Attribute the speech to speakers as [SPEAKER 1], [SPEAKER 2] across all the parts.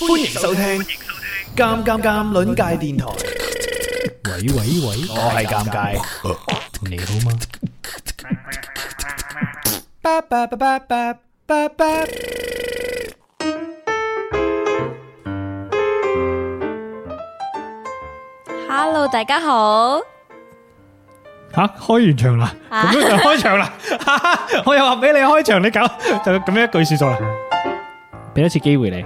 [SPEAKER 1] 欢迎收听《尴尴尴》邻界电台。
[SPEAKER 2] 喂喂喂，
[SPEAKER 1] 我系尴尬，
[SPEAKER 2] 你好嗎？
[SPEAKER 1] 巴巴巴巴巴巴巴。
[SPEAKER 3] Hello，大家好，
[SPEAKER 2] 吓、開完場啦，咁樣就開場啦。我又話俾你開場，你搞就咁樣一句算數啦。俾一次機會你，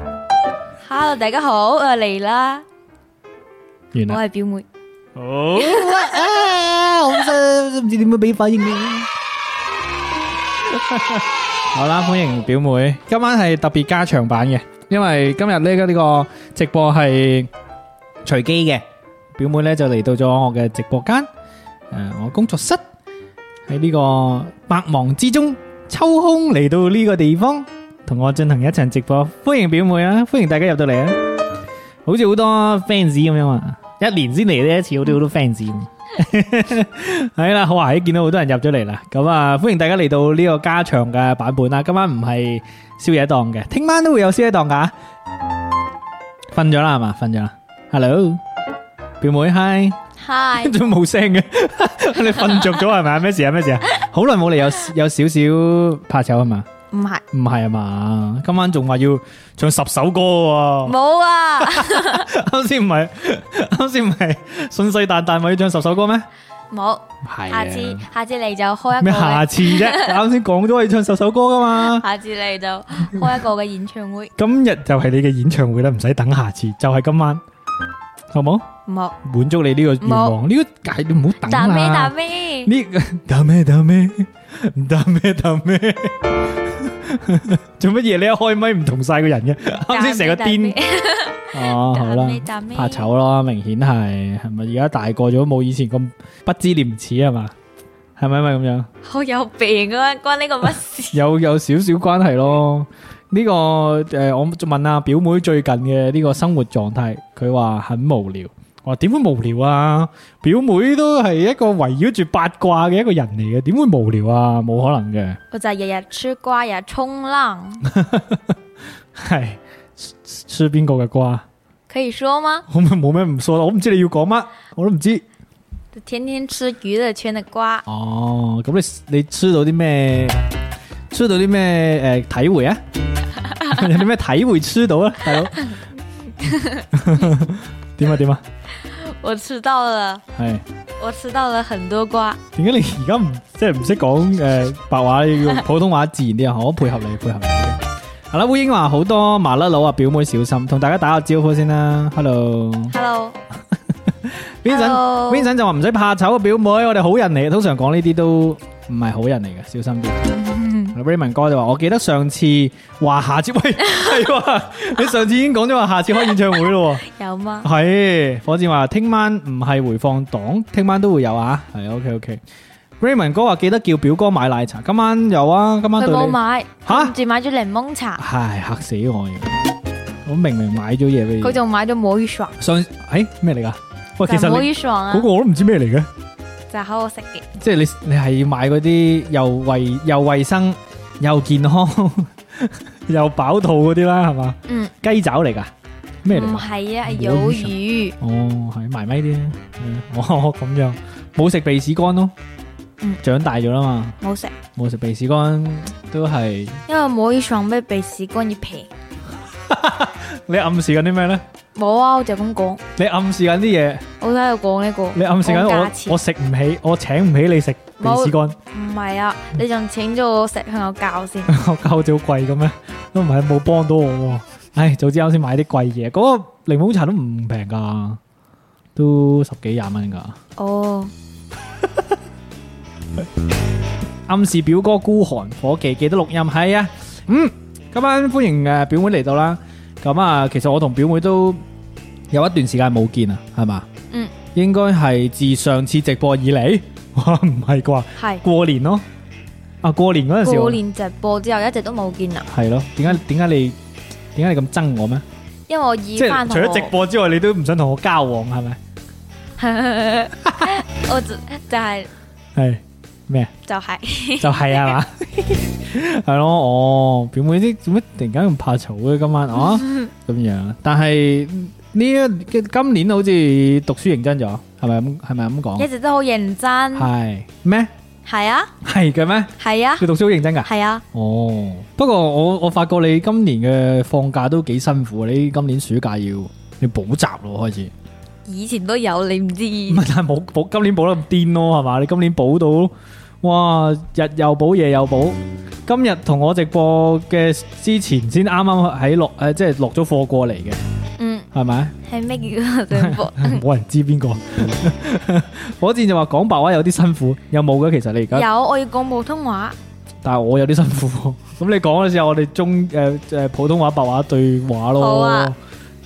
[SPEAKER 3] ，Hello，大家好，我嚟啦，
[SPEAKER 2] 原
[SPEAKER 3] 我
[SPEAKER 2] 來
[SPEAKER 3] 系表妹，
[SPEAKER 2] 好啊！我唔知唔知點樣俾反應你。好啦，歡迎表妹，今晚係特別加長版嘅，因為今日呢個呢個直播係隨機嘅，表妹咧就嚟到咗我嘅直播間，诶、我工作室喺呢個百忙之中抽空嚟到呢個地方，同我進行一場直播，歡迎表妹啊，歡迎大家入到嚟啊！好似好多 fans 咁樣啊，一年先嚟呢一次，好似好多 fans 咁。係啦，好啊，咦見到好多人入咗嚟啦，咁啊，歡迎大家嚟到呢個加長嘅版本啦。今晚唔係宵夜檔嘅，聽晚都會有宵夜檔噶。瞓咗啦係嘛？瞓咗啦。Hello，表妹，hi。
[SPEAKER 3] Hi，
[SPEAKER 2] 仲冇聲嘅，你瞓着咗係咪？咩事啊？咩事啊？好耐冇嚟，有有少少怕醜係嘛？
[SPEAKER 3] 唔系，
[SPEAKER 2] 唔係啊嘛？今晚仲話要唱十首歌喎。
[SPEAKER 3] 冇啊，
[SPEAKER 2] 啱先唔係，啱先唔係信誓旦旦話要唱十首歌咩？
[SPEAKER 3] 冇，
[SPEAKER 2] 係啊
[SPEAKER 3] 下次下次嚟就开一
[SPEAKER 2] 咩
[SPEAKER 3] 个
[SPEAKER 2] 下
[SPEAKER 3] 嘅，
[SPEAKER 2] 次 啫？啱先講咗話要唱十首歌噶嘛。
[SPEAKER 3] 下次嚟就开一个嘅演唱会，
[SPEAKER 2] 今日就係你嘅演唱會啦，唔使等下次，就係今晚，好冇？
[SPEAKER 3] 冇，
[SPEAKER 2] 滿足你呢個願望，呢個解你唔好 等啊
[SPEAKER 3] 打咩打
[SPEAKER 2] 啦。
[SPEAKER 3] 咩，
[SPEAKER 2] 呢個 打咩打咩打咩打咩？ 做乜嘢？你一開咪唔同晒個人嘅，啱先成個癲 哦，好啦。
[SPEAKER 3] 打咩
[SPEAKER 2] 怕醜咯，明顯係係咪而家大個咗冇以前咁不知廉恥啊係嘛？係咪咪咁樣？
[SPEAKER 3] 好有病啊， 关呢个乜事？
[SPEAKER 2] 有有少少關係咯。呢、個誒、呃我問阿表妹最近嘅呢個生活狀態，佢話很無聊。我話點會無聊啊？表妹都係一個圍繞住八卦嘅一個人嚟嘅，點會無聊啊？冇可能嘅，
[SPEAKER 3] 我就日日吃瓜，日日冲浪，
[SPEAKER 2] 係吃吃邊個嘅瓜？
[SPEAKER 3] 可以说吗？
[SPEAKER 2] 我咪冇咩唔說啦，我唔知你要講乜，我都唔知。
[SPEAKER 3] 天天吃娱乐圈的瓜，
[SPEAKER 2] 哦，咁你你吃到啲咩？吃到啲咩？诶、呃，體會啊？ 有啲咩體會吃到啊，大佬？ 點啊點啊？
[SPEAKER 3] 我吃到了，
[SPEAKER 2] 係
[SPEAKER 3] 我吃到了很多瓜，
[SPEAKER 2] 點解你而家唔即係唔識講诶白話，你用普通話自然啲啊？我配合你，配合你。好啦，烏英話好多麻甩佬啊，表妹小心，同大家打個招呼先啦。Hello，Vincent，Vincent
[SPEAKER 3] Hello，Hello
[SPEAKER 2] 就話唔使怕醜啊，表妹，我哋好人嚟嘅，通常講呢啲都唔係好人嚟嘅，小心啲。Raymond 哥就話：我記得上次話下次喂係 喎，你上次已經講咗話下次開演唱會咯
[SPEAKER 3] 有
[SPEAKER 2] 喎。
[SPEAKER 3] 吗？
[SPEAKER 2] 係火箭話聽晚唔係回放檔，聽晚都會有啊。係 OK OK。Raymond 哥話記得叫表哥買奶茶，今晚有啊，今晚
[SPEAKER 3] 佢
[SPEAKER 2] 對
[SPEAKER 3] 冇
[SPEAKER 2] 你
[SPEAKER 3] 買，
[SPEAKER 2] 吓
[SPEAKER 3] 跟住買咗檸檬茶，
[SPEAKER 2] 唉嚇死我！我明明買咗嘢俾
[SPEAKER 3] 佢
[SPEAKER 2] 你。
[SPEAKER 3] 仲買咗摸魚爽，
[SPEAKER 2] 上誒咩嚟㗎？喂，
[SPEAKER 3] 就
[SPEAKER 2] 嗯哦其
[SPEAKER 3] 係
[SPEAKER 2] 實
[SPEAKER 3] 摸
[SPEAKER 2] 你
[SPEAKER 3] 魚爽啊
[SPEAKER 2] 嗰，個我都唔知咩嚟嘅，
[SPEAKER 3] 就係好好食嘅。
[SPEAKER 2] 即係你你係要買嗰啲又衞又衞生又健康 又飽肚嗰啲啦，係嘛？
[SPEAKER 3] 嗯，
[SPEAKER 2] 雞爪嚟㗎？咩嚟
[SPEAKER 3] 唔
[SPEAKER 2] 㗎？
[SPEAKER 3] 係啊，係
[SPEAKER 2] 摸魚
[SPEAKER 3] 魷
[SPEAKER 2] 爽
[SPEAKER 3] 魚，
[SPEAKER 2] 哦，係埋咪啲啊，嗯哦 咁樣冇食鼻屎乾咯，
[SPEAKER 3] 嗯
[SPEAKER 2] 長大咗啦嘛，
[SPEAKER 3] 冇食，
[SPEAKER 2] 冇食鼻屎乾都係
[SPEAKER 3] 因為摸魚爽比鼻屎乾要平。
[SPEAKER 2] 你暗示緊啲咩咧？
[SPEAKER 3] 冇啊，我就咁講，
[SPEAKER 2] 你暗示緊啲嘢，
[SPEAKER 3] 我喺度講呢個，
[SPEAKER 2] 你暗示緊
[SPEAKER 3] 講價
[SPEAKER 2] 我
[SPEAKER 3] 錢
[SPEAKER 2] 我食唔起，我請唔起你食鼻屎乾，
[SPEAKER 3] 唔係啊，你仲請咗我食香口 膠先，
[SPEAKER 2] 我教咗好貴嘅咩？都唔係冇幫到我喎。唉，早知啱先買啲貴嘢，嗰、個檸檬茶都唔平㗎，都十幾廿蚊㗎。
[SPEAKER 3] 哦，
[SPEAKER 2] 暗示表哥孤寒，伙計記得錄音。係啊，嗯，今晚歡迎誒表妹嚟到啦。咁啊，其實我同表妹都有一段時間冇見啊，係嘛？
[SPEAKER 3] 嗯，
[SPEAKER 2] 應該係自上次直播以嚟，哇，唔係啩？
[SPEAKER 3] 係
[SPEAKER 2] 過年咯，啊，過年嗰陣時我，
[SPEAKER 3] 過年直播之後一直都冇見啊啦，
[SPEAKER 2] 係咯？點解點解你點解你咁憎我咩？
[SPEAKER 3] 因為我
[SPEAKER 2] 即
[SPEAKER 3] 以翻
[SPEAKER 2] 係除
[SPEAKER 3] 同
[SPEAKER 2] 咗直
[SPEAKER 3] 我，
[SPEAKER 2] 播之 外，你都唔想同我交往係咪？
[SPEAKER 3] 我就就係
[SPEAKER 2] 係咩啊？
[SPEAKER 3] 就係
[SPEAKER 2] 就係啊嘛，係咯，哦，表妹啲做乜突然間咁怕嘈嘅今晚啊
[SPEAKER 3] 嗯
[SPEAKER 2] 咁樣，但係呢一今年好似讀書認真咗，係咪咁？係咪咁
[SPEAKER 3] 一
[SPEAKER 2] 講？
[SPEAKER 3] 直都好認真，
[SPEAKER 2] 係咩？
[SPEAKER 3] 係啊，
[SPEAKER 2] 係嘅咩？
[SPEAKER 3] 係啊，
[SPEAKER 2] 你讀書好認真㗎？
[SPEAKER 3] 係啊，
[SPEAKER 2] 哦，不過我我發覺你今年嘅放假都幾辛苦，啊你今年暑假要要補習咯，開始。
[SPEAKER 3] 以前都有，你唔知，
[SPEAKER 2] 唔係， 但係冇補，今年補得咁癲咯，係嘛？你今年補到，哇！日又補，夜又補。今日同我直播嘅之前先啱啱喺落誒，即係落咗貨過嚟嘅，
[SPEAKER 3] 嗯，
[SPEAKER 2] 係咪？
[SPEAKER 3] 係咩叫 進步？
[SPEAKER 2] 冇人知邊個。 火箭就話講白話有啲辛苦，有冇嘅？其實你而家，
[SPEAKER 3] 有，我要講普通話，
[SPEAKER 2] 但係我有啲辛 苦喎。咁你講嘅時候，我哋中誒誒普通話白話對話咯。
[SPEAKER 3] 好啊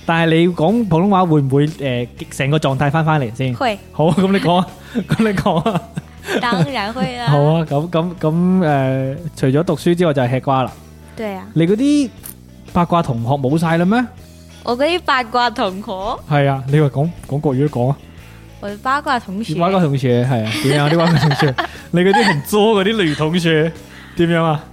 [SPEAKER 2] 但係你講普通話會唔會誒成個狀態翻翻嚟先？
[SPEAKER 3] 會，
[SPEAKER 2] 好，咁你講啊，咁你講啊。
[SPEAKER 3] 當然會啦。
[SPEAKER 2] 好啊，咁咁咁诶，除咗讀書之外就係吃瓜啦。
[SPEAKER 3] 對啊，
[SPEAKER 2] 你嗰啲八卦同學冇晒啦咩？
[SPEAKER 3] 我嗰啲八卦同學，
[SPEAKER 2] 係啊，你話講講國語都講啊。
[SPEAKER 3] 我的八卦同學，
[SPEAKER 2] 八卦同學係啊，點樣啊？啲八卦同學，你嗰啲很作嗰啲女同學點樣啊？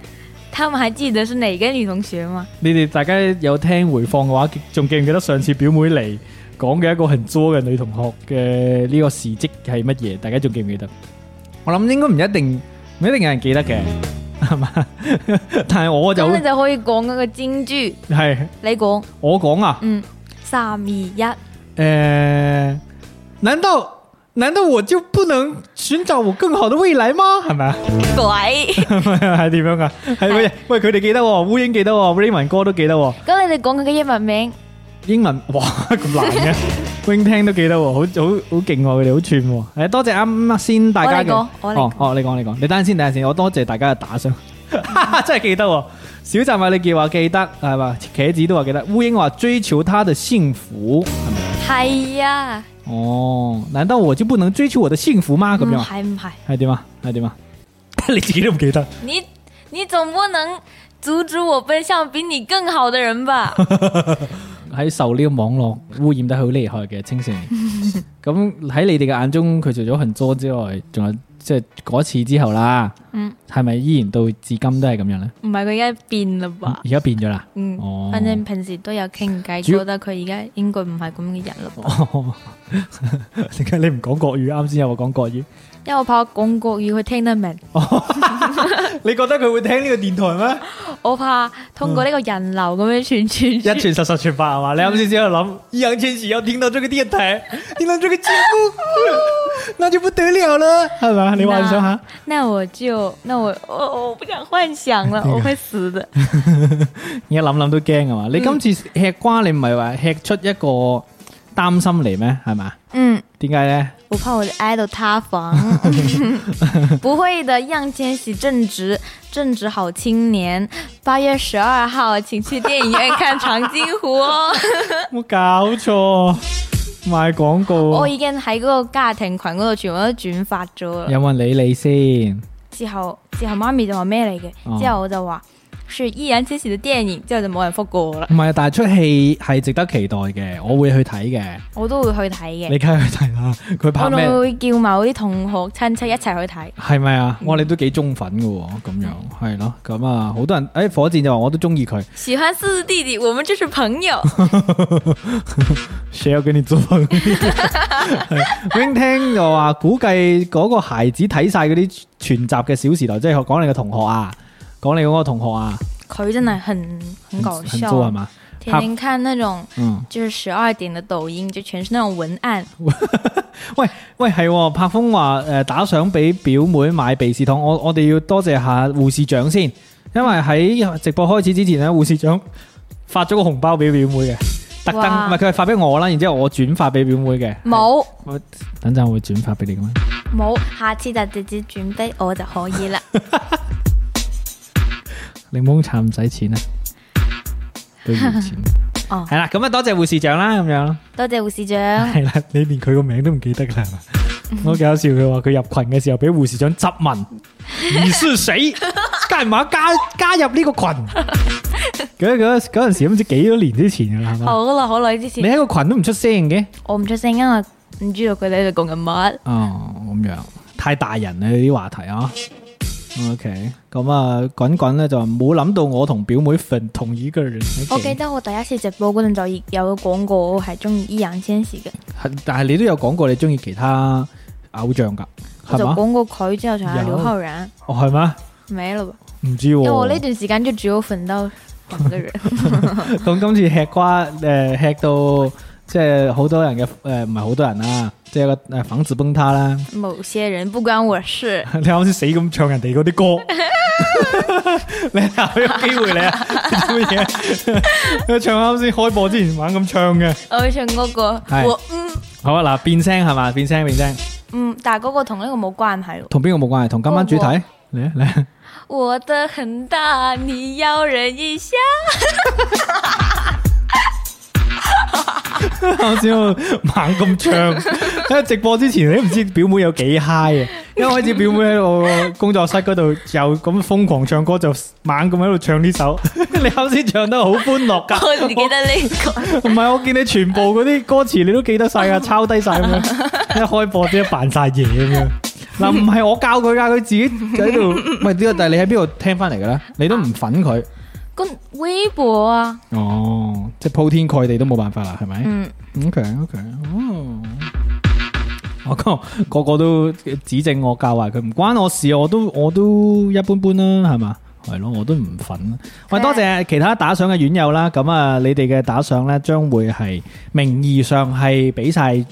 [SPEAKER 3] 他們還記得是哪個女同學嗎？
[SPEAKER 2] 你哋大家有聽回放嘅話，仲記唔記得上次表妹嚟講嘅一個很作嘅女同學嘅呢個事蹟係乜嘢？大家仲記唔記得？我諗應該唔一定，唔一定有人記得嘅，係嘛？但係我就
[SPEAKER 3] 咁你就可以講嗰個京劇，
[SPEAKER 2] 係
[SPEAKER 3] 你講，
[SPEAKER 2] 我講啊。
[SPEAKER 3] 嗯，三二一，
[SPEAKER 2] 呃，难道难道我就不能寻找我更好的未来吗？系咪啊？
[SPEAKER 3] 鬼。
[SPEAKER 2] 系点样噶？系喂喂，佢哋記得喎，烏英記得喎，Raymond 哥都記得喎，
[SPEAKER 3] 咁你哋講佢嘅英文名
[SPEAKER 2] 英文 哇咁難嘅，Wing 聽都記得喎，好好好勁喎，佢哋好串喎。诶，多謝啱啱先大家嘅，
[SPEAKER 3] 我嚟講我嚟講
[SPEAKER 2] 哦哦，你講你講，你等陣先，等陣先，我多謝大家嘅打賞， 真係記得喎。小站米你記話記得係嘛？茄子都話記得，烏英話追求他的幸福係咪啊？
[SPEAKER 3] 係啊，
[SPEAKER 2] 哦，難道我就不能追求我的幸福嗎？咁
[SPEAKER 3] 唔
[SPEAKER 2] 樣啊
[SPEAKER 3] 係嗯唔係，
[SPEAKER 2] 係點啊？係點啊？你自己都唔記得，
[SPEAKER 3] 你你總不能阻止我奔向比你更好的人 吧？
[SPEAKER 2] 喺受呢個網絡污染得好厲害嘅青少年。咁喺你哋嘅眼中，佢除咗恨作之外，仲有即係嗰次之後啦，
[SPEAKER 3] 嗯，
[SPEAKER 2] 係咪依然到至今都係咁樣呢？
[SPEAKER 3] 唔係佢而家變啦吧？
[SPEAKER 2] 而家變咗啦。
[SPEAKER 3] 嗯，
[SPEAKER 2] 哦，
[SPEAKER 3] 反正平時都有傾偈，
[SPEAKER 2] 主要
[SPEAKER 3] 覺得佢而家應該唔係咁嘅人啦吧。
[SPEAKER 2] 哦點解你唔講國語？啱先有話講國語，
[SPEAKER 3] 因為我怕我講國語佢聽得明，
[SPEAKER 2] 你覺得佢會聽呢個電台咩？
[SPEAKER 3] 我怕通過呢個人流咁樣傳傳
[SPEAKER 2] 一
[SPEAKER 3] 傳。
[SPEAKER 2] 传十十传百係嘛？你啱先先喺度諗，易烊千玺要聽到這個電台，聽到這個節目，那就不得了了，係嘛？你幻想下，
[SPEAKER 3] 那我就那我哦我我不想幻 想了，我會死的。
[SPEAKER 2] 而家諗諗都驚啊
[SPEAKER 3] 嗯
[SPEAKER 2] 嘛！你今次吃瓜，你唔係話吃出一個擔心嚟咩？係嘛？
[SPEAKER 3] 嗯。
[SPEAKER 2] 點解咧？
[SPEAKER 3] 我怕我的 idol 塌 房， 不会的。易烊千玺正直，正直好青年。八月十二号，请去电影院看《长津湖》 哦。
[SPEAKER 2] 冇搞錯，賣廣告
[SPEAKER 3] 我，哦已經喺嗰個家庭群嗰度全部都轉發咗啦。
[SPEAKER 2] 有冇人理你先？
[SPEAKER 3] 之後之後媽咪就話咩嚟嘅？
[SPEAKER 2] 哦
[SPEAKER 3] 之後我就話是易烊千玺的電影，之後就冇人覆過我啦。
[SPEAKER 2] 唔係，啊但係出戲係值得期待嘅，我會去睇嘅。
[SPEAKER 3] 我都會去睇嘅，
[SPEAKER 2] 你梗係去睇 啦，佢
[SPEAKER 3] 我
[SPEAKER 2] 拍咩？
[SPEAKER 3] 仲會叫某啲同學親戚一齊去睇。
[SPEAKER 2] 系咪啊？我哋都幾忠粉嘅喎，咁樣係
[SPEAKER 3] 嗯
[SPEAKER 2] 咯，咁啊，好多人诶、火箭就話我都中意佢
[SPEAKER 3] 喜歡四四弟弟，我們就是朋 友。
[SPEAKER 2] ，share 跟你做朋友。Wing 聽就話估計嗰個孩子睇晒嗰啲全集嘅《小時代》，即係講你嘅同學啊，講你嗰個同學啊，
[SPEAKER 3] 佢真係很很搞
[SPEAKER 2] 很做係
[SPEAKER 3] 笑，啊
[SPEAKER 2] 嘛？
[SPEAKER 3] 天天看那種。
[SPEAKER 2] 嗯，
[SPEAKER 3] 就是十二点的抖音，就全是那种文案，
[SPEAKER 2] 喂係喎，柏峰話诶打賞俾表妹買鼻屎糖，我我哋要多謝下護士長先，因為喺直播開始之前咧，護士長發咗個紅包俾表妹嘅。特登
[SPEAKER 3] 哇
[SPEAKER 2] 唔係佢係發俾我啦，然之後我轉發俾表妹嘅。
[SPEAKER 3] 冇
[SPEAKER 2] 等陣我會轉發俾你噶嘛。
[SPEAKER 3] 冇，下次就直接轉俾我就可 以啦。
[SPEAKER 2] 檸檬茶唔使錢啊，都要錢。
[SPEAKER 3] 哦啊
[SPEAKER 2] 係啦，咁啊多謝護士長啦，咁樣
[SPEAKER 3] 多謝護 士長，
[SPEAKER 2] 係啦，你連佢個名都唔記得㗎啦，係嘛？
[SPEAKER 3] 嗯
[SPEAKER 2] 好搞笑，佢話佢入群嘅時候俾護士長質 問，你是誰？幹嘛加加入呢個群？嗰嗰嗰陣時都唔知幾多年之前㗎啦，係嘛？
[SPEAKER 3] 好耐好耐之
[SPEAKER 2] 你
[SPEAKER 3] 前，
[SPEAKER 2] 喺個群都唔出聲嘅。
[SPEAKER 3] 啊我唔出聲，因為唔知道佢哋喺度講緊乜。
[SPEAKER 2] 哦，咁樣。太大人啦呢啲話題啊。OK，咁啊，滾滾咧就話冇諗到我同表妹份同一個人。
[SPEAKER 3] 我記得我第一次直播嗰陣就已有講過，我係中意易烊千玺嘅，
[SPEAKER 2] 係，但係你都有講過你中意其他偶像㗎，
[SPEAKER 3] 我
[SPEAKER 2] 係
[SPEAKER 3] 就
[SPEAKER 2] 嘛？
[SPEAKER 3] 講過佢之後就係
[SPEAKER 2] 有
[SPEAKER 3] 劉昊然，
[SPEAKER 2] 哦，係咩？
[SPEAKER 3] 沒了吧？
[SPEAKER 2] 唔知
[SPEAKER 3] 因為我
[SPEAKER 2] 喎、
[SPEAKER 3] 那段時間就只有粉到兩個人，
[SPEAKER 2] 咁今次吃瓜誒、呃吃到即係好多人嘅誒，唔係好多人啦，即係有個誒房子崩塌啦。
[SPEAKER 3] 某些人不關我事。
[SPEAKER 2] 你啱先死咁唱人哋嗰啲歌， 你下有機會你啊做嘢？ 你唱啱先開播之前玩咁唱嘅。
[SPEAKER 3] 我會唱嗰個
[SPEAKER 2] 係
[SPEAKER 3] 我嗯
[SPEAKER 2] 好啊，嗱，變聲係嘛？變聲變聲，
[SPEAKER 3] 嗯，但係嗰個同呢個冇關係咯。
[SPEAKER 2] 同邊個冇關係？同今晚主題
[SPEAKER 3] 我
[SPEAKER 2] 嚟啊嚟啊！
[SPEAKER 3] 我的很大，你要忍一 下。
[SPEAKER 2] 啱先我猛咁唱，喺直播之前你都唔知表妹有幾嗨嘅，一開始表妹喺我個工作室嗰度又咁瘋狂唱歌，就猛咁喺度唱呢首。 你啱先唱得好歡樂噶，
[SPEAKER 3] 我只記得呢 個。
[SPEAKER 2] 唔係我見你全部嗰啲歌詞你都記得晒 噶，抄低晒咁樣，一開播即係扮晒嘢咁樣。嗱，唔係我教佢噶，佢自己喺 度。唔係呢個，但係你喺邊度聽翻嚟嘅咧？你都唔粉佢，
[SPEAKER 3] 咁微博啊，
[SPEAKER 2] 哦，即係鋪天蓋地都冇辦法啦，係咪？
[SPEAKER 3] 嗯，
[SPEAKER 2] OK OK，哦，我個個個都指正我教壞佢，唔關我事，我都我都一般般啦，係嘛？係咯，我都唔忿啦。喂，
[SPEAKER 3] 佢係
[SPEAKER 2] 多謝其他打賞嘅院友啦，咁啊，你哋嘅打賞呢，將會係名義上係俾晒誒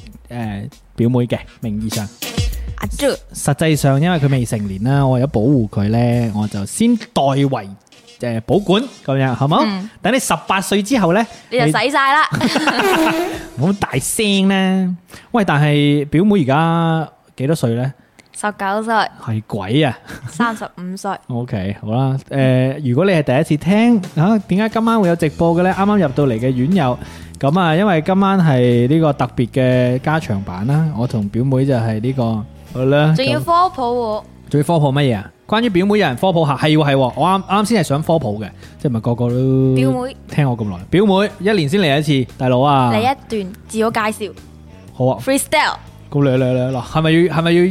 [SPEAKER 2] 表妹嘅，名義上，
[SPEAKER 3] 阿哲
[SPEAKER 2] 實際上因為佢未成年啦，我有保護佢呢，我就先代為誒保管咁樣，好冇？
[SPEAKER 3] 嗯
[SPEAKER 2] 等你十八歲之後呢。
[SPEAKER 3] 你就
[SPEAKER 2] 你
[SPEAKER 3] 洗晒啦。
[SPEAKER 2] 冇咁大聲咧。喂，但係表妹而家幾多歲咧？
[SPEAKER 3] 十九歲，
[SPEAKER 2] 係鬼啊
[SPEAKER 3] 三十五 歲，
[SPEAKER 2] ！OK，好啦。誒、如果你係第一次聽啊，點解今晚會有直播嘅咧？啱啱入到嚟嘅院友，咁啊，因為今晚係呢個特別嘅加長版啦。我同表妹就係呢、個好啦。
[SPEAKER 3] 仲要
[SPEAKER 2] 咁
[SPEAKER 3] 科普我。
[SPEAKER 2] 仲要科普乜嘢啊？關於表妹有人科普下，係喎係喎，我啱啱先係想科普嘅，即係唔係個個都
[SPEAKER 3] 表妹
[SPEAKER 2] 聽我咁耐。表妹一年先嚟一次，大佬啊，
[SPEAKER 3] 嚟一段自我介紹
[SPEAKER 2] 好啊，
[SPEAKER 3] ，freestyle。
[SPEAKER 2] 咁嚟嚟嚟嗱，係咪要係咪要？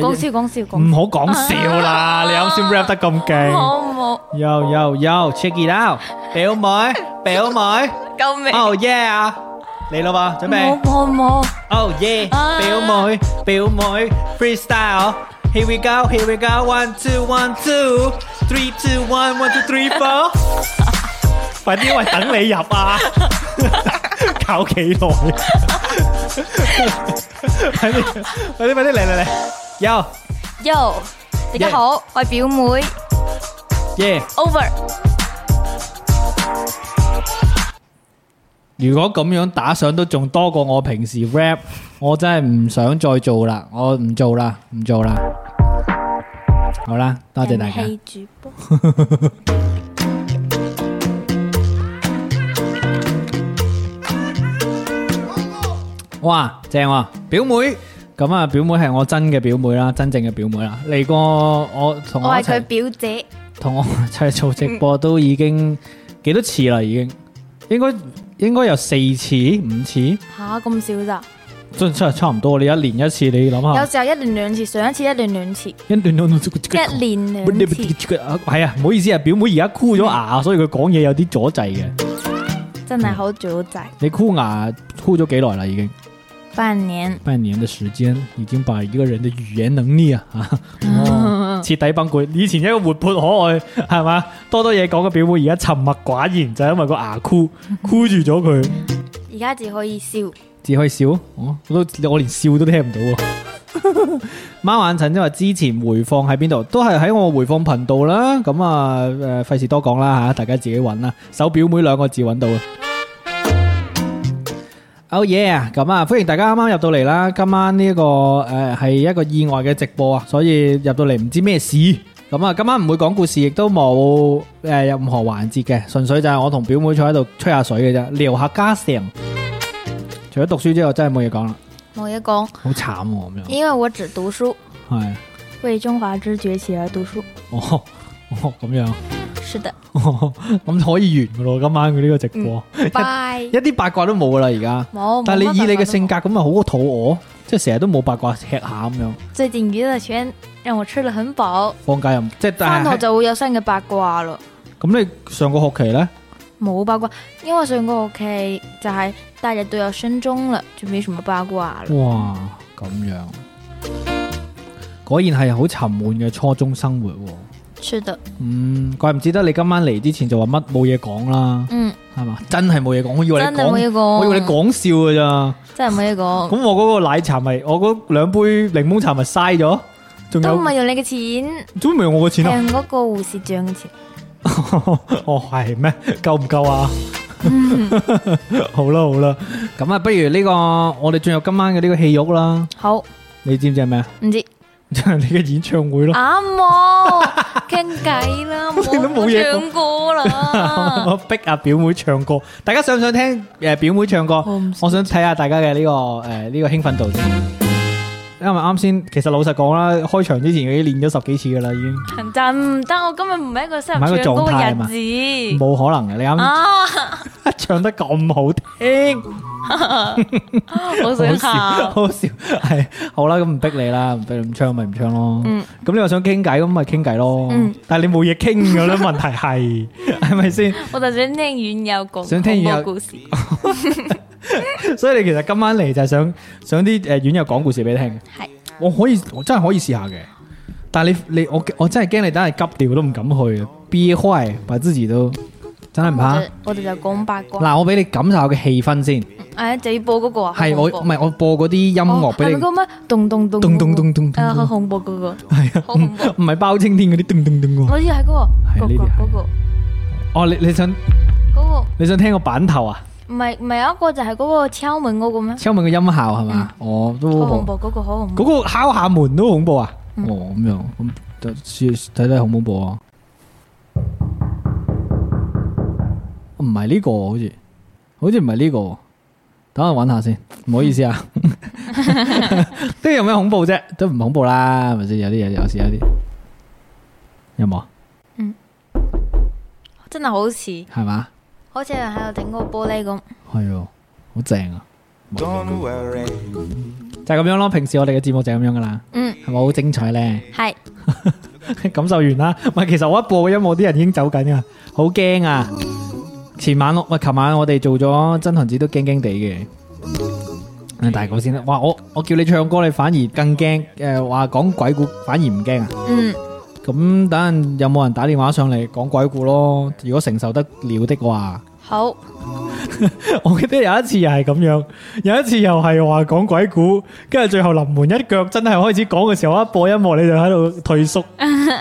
[SPEAKER 2] 誒
[SPEAKER 3] 講笑講
[SPEAKER 2] 唔
[SPEAKER 3] 笑講
[SPEAKER 2] 好講笑 啦！你啱先 rap 得咁
[SPEAKER 3] 笑，
[SPEAKER 2] 勁。
[SPEAKER 3] 好冇？
[SPEAKER 2] Yo yo yo，check it out，表妹，表 妹
[SPEAKER 3] 救命！
[SPEAKER 2] ，Oh yeah，嚟啦嘛，準備
[SPEAKER 3] 冇冇冇，
[SPEAKER 2] ，Oh yeah，
[SPEAKER 3] 啊
[SPEAKER 2] 表妹，表妹，freestyle，Here we go，Here we go，one two one two，three two one one two three four，快啲喂，等你入啊！ 搞幾 耐？快啲，快啲，快啲嚟嚟嚟，Yo
[SPEAKER 3] Yo，大家好，我係表妹
[SPEAKER 2] yeah。
[SPEAKER 3] ，over。
[SPEAKER 2] 如果咁樣打賞都仲多過我平時 rap，我真係唔想再做啦，我唔做啦，唔做啦。好啦，多謝大家。
[SPEAKER 3] 人氣主播，
[SPEAKER 2] 哇，正喎、表妹。咁啊，表妹係我真嘅表妹啦，真正嘅表妹啦。嚟過我同
[SPEAKER 3] 我
[SPEAKER 2] 我一
[SPEAKER 3] 係
[SPEAKER 2] 齊
[SPEAKER 3] 佢表姐，
[SPEAKER 2] 同我一齊做直播都已經幾多次啦，已經應該應該有四次五次，
[SPEAKER 3] 吓咁少咋？
[SPEAKER 2] 真真係差唔多。你一年一次，你諗
[SPEAKER 3] 有
[SPEAKER 2] 下，
[SPEAKER 3] 時候一年兩次，上一次一年兩次，
[SPEAKER 2] 一年
[SPEAKER 3] 一年兩次，
[SPEAKER 2] 系啊，唔好意思啊，表妹而家箍咗牙，所以佢講嘢有啲阻滯嘅。
[SPEAKER 3] 真係好早仔。
[SPEAKER 2] 你箍牙箍咗幾耐啦？已經
[SPEAKER 3] 半年，
[SPEAKER 2] 半年的時間，已經把一個人的語言能力啊，哦徹底崩潰。以前一個活潑可愛係嘛，多多嘢講嘅表妹，而家沉默寡言，就係因為個牙箍箍住咗佢，
[SPEAKER 3] 而家只可以笑。
[SPEAKER 2] 只可以笑。哦我都我連笑都聽唔到喎。貓眼診即話之前回放喺邊度，都係喺我回放頻道啦。咁啊，誒費事多講啦嚇，大家自己揾啦。手表妹兩個字揾到啊。Oh yeah！咁啊，歡迎大家啱啱入到嚟啦。今晚呢、個誒係、一個意外嘅直播啊，所以入到嚟唔知咩事。咁啊，今晚唔會講故事，亦都冇誒任何環節嘅，純粹就係我同表妹坐喺度吹下水嘅啫，聊下家常。除咗讀書之外，真係冇嘢講啦，
[SPEAKER 3] 冇嘢講，
[SPEAKER 2] 好慘喎咁樣。
[SPEAKER 3] 因為我只讀書，
[SPEAKER 2] 係。
[SPEAKER 3] 為中華之崛起而讀書。
[SPEAKER 2] 哦，哦咁樣，
[SPEAKER 3] 是的，
[SPEAKER 2] 咁可以完噶咯，今晚佢呢個直播，
[SPEAKER 3] 拜
[SPEAKER 2] 一。啲八卦都冇啦而家。
[SPEAKER 3] 嗯冇，
[SPEAKER 2] 但系
[SPEAKER 3] 冇
[SPEAKER 2] 你以
[SPEAKER 3] 乜
[SPEAKER 2] 你
[SPEAKER 3] 辦
[SPEAKER 2] 嘅
[SPEAKER 3] 法
[SPEAKER 2] 性格咁
[SPEAKER 3] 都冇，
[SPEAKER 2] 咪好肚餓，即係成日都冇八卦吃下咁樣。
[SPEAKER 3] 最近娛樂圈讓我吃得很飽，
[SPEAKER 2] 放假又唔即係
[SPEAKER 3] 翻
[SPEAKER 2] 但
[SPEAKER 3] 學
[SPEAKER 2] 係
[SPEAKER 3] 就會有新嘅八卦咯。
[SPEAKER 2] 咁你上個學期咧，
[SPEAKER 3] 冇八卦，因為上個學期就係大家都有升中啦，就沒什麼八卦啦。
[SPEAKER 2] 哇咁樣，果然係好沉悶嘅初中生活喎。
[SPEAKER 3] 是的，
[SPEAKER 2] 嗯，怪唔之得你今晚嚟之前就話乜冇嘢講啦，
[SPEAKER 3] 嗯，
[SPEAKER 2] 係嘛？真係冇嘢講，我以為
[SPEAKER 3] 真
[SPEAKER 2] 你
[SPEAKER 3] 係冇
[SPEAKER 2] 講，
[SPEAKER 3] 嘢講，
[SPEAKER 2] 我以為你講笑㗎咋。
[SPEAKER 3] 真係冇嘢講，
[SPEAKER 2] 咁我嗰個奶茶咪，我嗰兩杯檸檬茶咪嘥咗，仲
[SPEAKER 3] 都唔
[SPEAKER 2] 有
[SPEAKER 3] 係用你嘅錢，
[SPEAKER 2] 做咩唔係我嘅錢
[SPEAKER 3] 係
[SPEAKER 2] 啊？
[SPEAKER 3] 用嗰個護士長嘅錢。
[SPEAKER 2] 哦係咩？夠唔夠啊？
[SPEAKER 3] 嗯
[SPEAKER 2] 好啦好啦，咁啊，不如呢個我哋進入今晚嘅呢個戲肉啦。
[SPEAKER 3] 好，唔
[SPEAKER 2] 你知唔知係咩啊？
[SPEAKER 3] 知
[SPEAKER 2] 就 係你嘅演唱會咯。
[SPEAKER 3] 啱 喎，傾偈啦，
[SPEAKER 2] 我哋都冇嘢講
[SPEAKER 3] 冇唱歌啦，
[SPEAKER 2] 我逼阿表妹唱歌，大家想唔想聽诶表妹唱歌？
[SPEAKER 3] 我唔
[SPEAKER 2] 我想睇下大家嘅呢、個个诶呢、個興奮度先。因為啱先，其實老實講啦，開場之前已經練咗十幾次噶啦，已經
[SPEAKER 3] 但唔得，我今日唔係一個適合
[SPEAKER 2] 唔係一個
[SPEAKER 3] 唱歌
[SPEAKER 2] 狀態係嘛
[SPEAKER 3] 嘅日子
[SPEAKER 2] 冇可能嘅。你啱先
[SPEAKER 3] 嗯啊！
[SPEAKER 2] 唱得咁好聽，好
[SPEAKER 3] 我想
[SPEAKER 2] 笑，
[SPEAKER 3] 喊，
[SPEAKER 2] 好笑，係好啦，咁唔逼你啦，唔逼你唔唱咪唔唱咯。
[SPEAKER 3] 嗯
[SPEAKER 2] 咁你又想傾偈，咁咪傾偈咯。
[SPEAKER 3] 嗯
[SPEAKER 2] 但係你冇嘢傾嘅啦，問題係 係咪先？
[SPEAKER 3] 我就想聽院友講
[SPEAKER 2] 想聽院友
[SPEAKER 3] 恐怖故事，
[SPEAKER 2] 所以你其實今晚嚟就係想想啲诶院友講故事俾你聽嘅。
[SPEAKER 3] 係
[SPEAKER 2] 我可以，我真係可以試下嘅。但係你你我我真係驚你等係急掉都唔敢去，憋開把自己都真係唔怕。
[SPEAKER 3] 我哋我哋就講八卦。
[SPEAKER 2] 嗱，我俾你感受下嘅氣氛先，
[SPEAKER 3] 诶，就要播嗰個啊，
[SPEAKER 2] 係我唔
[SPEAKER 3] 音
[SPEAKER 2] 係我播嗰啲音樂俾你，
[SPEAKER 3] 嗰個咩？啊咚咚咚
[SPEAKER 2] 咚咚咚咚
[SPEAKER 3] 诶，誒好
[SPEAKER 2] 咚，
[SPEAKER 3] 恐怖 嗰個，
[SPEAKER 2] 係啊，
[SPEAKER 3] 好恐怖。
[SPEAKER 2] 唔係包青天嗰啲咚咚咚喎。
[SPEAKER 3] 我要係嗰個，
[SPEAKER 2] 係呢
[SPEAKER 3] 嗰
[SPEAKER 2] 啲係
[SPEAKER 3] 個嗰個
[SPEAKER 2] 哦，你你想
[SPEAKER 3] 嗰
[SPEAKER 2] 你想聽個版頭啊？
[SPEAKER 3] 個，唔係唔係有一個就係嗰個敲門嗰個咩？
[SPEAKER 2] 敲門嘅音效係嘛？哦，都
[SPEAKER 3] 嗯好
[SPEAKER 2] 好
[SPEAKER 3] 恐怖嗰個，好恐怖
[SPEAKER 2] 嗰。個敲下門都恐怖啊！
[SPEAKER 3] 嗯
[SPEAKER 2] 哦，咁樣咁就試睇睇恐唔恐怖啊？哦唔係呢個喎好似，好似唔係呢個喎。等我揾下先，唔好意思啊。呢個有咩恐怖啫？都唔恐怖啦，係咪先？有啲嘢有時有啲有冇啊？
[SPEAKER 3] 真係好似
[SPEAKER 2] 係嘛？
[SPEAKER 3] 好似有人喺度整嗰個玻璃咁。
[SPEAKER 2] 係喎，好正啊！
[SPEAKER 4] Don't worry.
[SPEAKER 2] 就係咁樣咯。平時我哋嘅節目就係咁樣噶啦，
[SPEAKER 3] 嗯，
[SPEAKER 2] 係咪好精彩咧？
[SPEAKER 3] 係
[SPEAKER 2] 感受完啦。唔係，其實我一播嘅音樂，啲人已經走緊噶，好驚啊！前晚我喂，琴晚我哋做咗真恒子都驚驚地嘅。誒大個先啦，哇！我我叫你唱歌，你反而更驚。诶、話講鬼故反而唔驚啊。
[SPEAKER 3] 嗯，
[SPEAKER 2] 咁等陣有冇人打電話上嚟講鬼故咯？如果承受得了的話，
[SPEAKER 3] 好
[SPEAKER 2] 我記得有一次又係咁樣，有一次又係話講鬼故，跟住最後臨門一腳，真係開始講嘅時候，我一播音樂你就喺度退縮。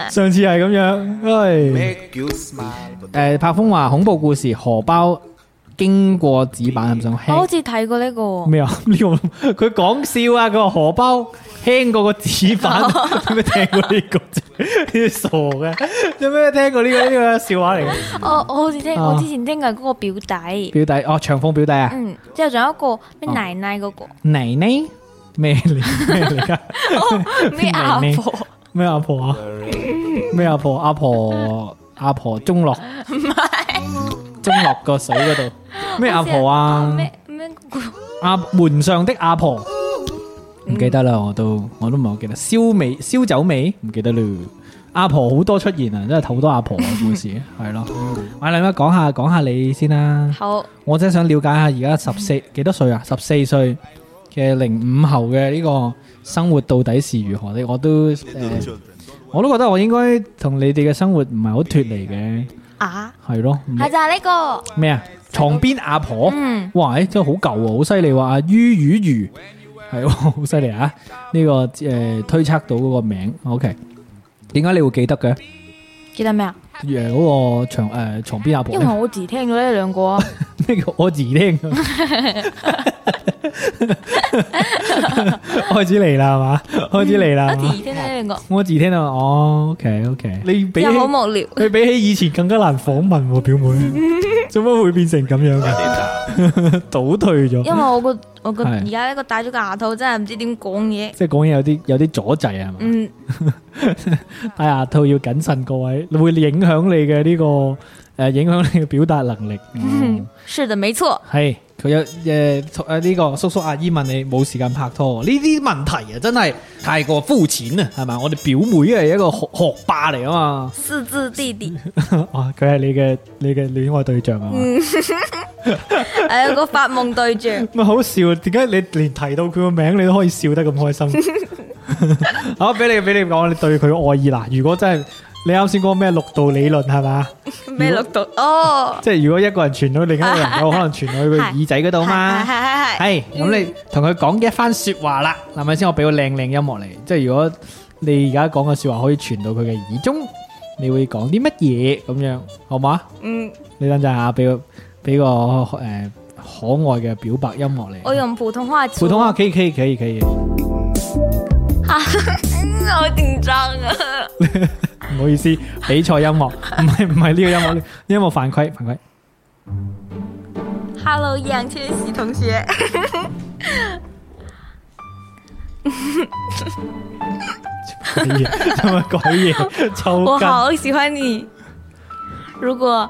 [SPEAKER 2] 上次係咁樣，唉。
[SPEAKER 4] Make you smile.
[SPEAKER 2] 诶，柏峰話恐怖故事荷包經過紙板咁
[SPEAKER 3] 我好
[SPEAKER 2] 上
[SPEAKER 3] 似睇過呢個喎
[SPEAKER 2] 輕咩啊？呢個佢講笑啊！佢話荷包輕過個紙板，有咩聽過呢個啫？你傻嘅，有咩聽過呢個呢個笑話嚟嘅？
[SPEAKER 3] 我哦我好似聽
[SPEAKER 2] 啊
[SPEAKER 3] 我之前聽過嗰個表弟，
[SPEAKER 2] 表弟哦，長風表弟啊，
[SPEAKER 3] 嗯，之後仲有一個
[SPEAKER 2] 哦
[SPEAKER 3] 咩奶奶嗰個
[SPEAKER 2] 奶奶咩嚟咩嚟噶？
[SPEAKER 3] 咩阿
[SPEAKER 2] 奶奶
[SPEAKER 3] 婆。
[SPEAKER 2] 咩阿婆啊？咩阿婆？阿婆阿婆中落唔系中落個水嗰度咩阿婆啊？
[SPEAKER 3] 咩咩嗰個
[SPEAKER 2] 阿门上的阿婆，唔記得啦，我都我都唔係好記得，燒味燒酒味唔記得啦。阿婆好多出現啊，真係好多阿婆嘅故 事，係咯。喂，你乜講下講下你先啦，
[SPEAKER 3] 好
[SPEAKER 2] 我真係想了解下而家十四幾多歲啊？十四歲嘅零五後嘅呢個生活到底是如何呢？我都呃我都覺得我應該同你哋嘅生活唔係好脱離嘅，
[SPEAKER 3] 啊，
[SPEAKER 2] 係咯。唔
[SPEAKER 3] 係就係呢個，
[SPEAKER 2] 咩啊？床邊阿婆。
[SPEAKER 3] 嗯，
[SPEAKER 2] 哇！誒真係好舊喎，好犀利喎！阿於魚魚係喎，好犀利啊！呢、個誒、呃推測到嗰個名，OK？點解你會記得嘅？
[SPEAKER 3] 記得咩啊？
[SPEAKER 2] 誒嗰個床誒、呃、床邊阿婆
[SPEAKER 3] 因為我自己聽咗呢 兩個啊，
[SPEAKER 2] 咩叫我字聽？開始嚟啦係嘛，開始嚟啦
[SPEAKER 3] 我
[SPEAKER 2] 係嘛，
[SPEAKER 3] 第一天在那里講，
[SPEAKER 2] 我字聽到哦，OK OK，你比起
[SPEAKER 3] 真係好無 聊。
[SPEAKER 2] 你比起以前更加難訪問喎，表 妹，做乜會變成咁樣嘅？ 倒退咗
[SPEAKER 3] 因，為我個我個
[SPEAKER 2] 係
[SPEAKER 3] 而家呢個戴咗個牙套，真係唔知點講嘢。
[SPEAKER 2] 即係講嘢有啲有啲阻滯係嘛？
[SPEAKER 3] 嗯，
[SPEAKER 2] 戴牙套哎要謹慎，各位會影響你嘅呢、個誒、呃影響你嘅表達能力。
[SPEAKER 3] 嗯是的，沒錯。
[SPEAKER 2] 係佢有誒誒呢個叔叔阿姨問你冇時間拍拖，呢啲問題啊真係太過膚淺啊，係咪？我哋表妹係一個學學霸嚟啊
[SPEAKER 3] 四字 弟弟，
[SPEAKER 2] 嘛， 哇！佢係你嘅你嘅戀愛對象啊嘛，
[SPEAKER 3] 係一個發夢對象。
[SPEAKER 2] 咪、好笑？點解你連提到佢個名你都可以笑得咁開心？好，俾你俾你講，你對佢愛意啦。如果真係你啱先講咩六度理論係嘛？
[SPEAKER 3] 咩六度？哦，
[SPEAKER 2] 即係如果一個人傳到另一個人，有可能傳到佢耳仔嗰度嘛
[SPEAKER 3] 係。係係係
[SPEAKER 2] 係，咁你同佢講一番説話啦，係咪先？我俾個靚靚音樂你，即係如果你而家講嘅説話可以傳到佢嘅耳中，你會講啲乜嘢咁樣，好嘛？
[SPEAKER 3] 嗯，
[SPEAKER 2] 你等陣下，俾個俾個誒、呃可愛嘅表白音樂你。
[SPEAKER 3] 我用普通話
[SPEAKER 2] 普
[SPEAKER 3] 說。
[SPEAKER 2] 通話可以可以可以可以，唔
[SPEAKER 3] 嗯好緊張啊！
[SPEAKER 2] 好意思，比賽音樂，唔係唔係呢個音樂，呢個音樂犯規犯規。
[SPEAKER 3] Hello，易烊千玺同学。
[SPEAKER 2] 鬼嘢，做乜鬼嘢？
[SPEAKER 3] 我
[SPEAKER 2] 抽筋。
[SPEAKER 3] 好喜欢你。如果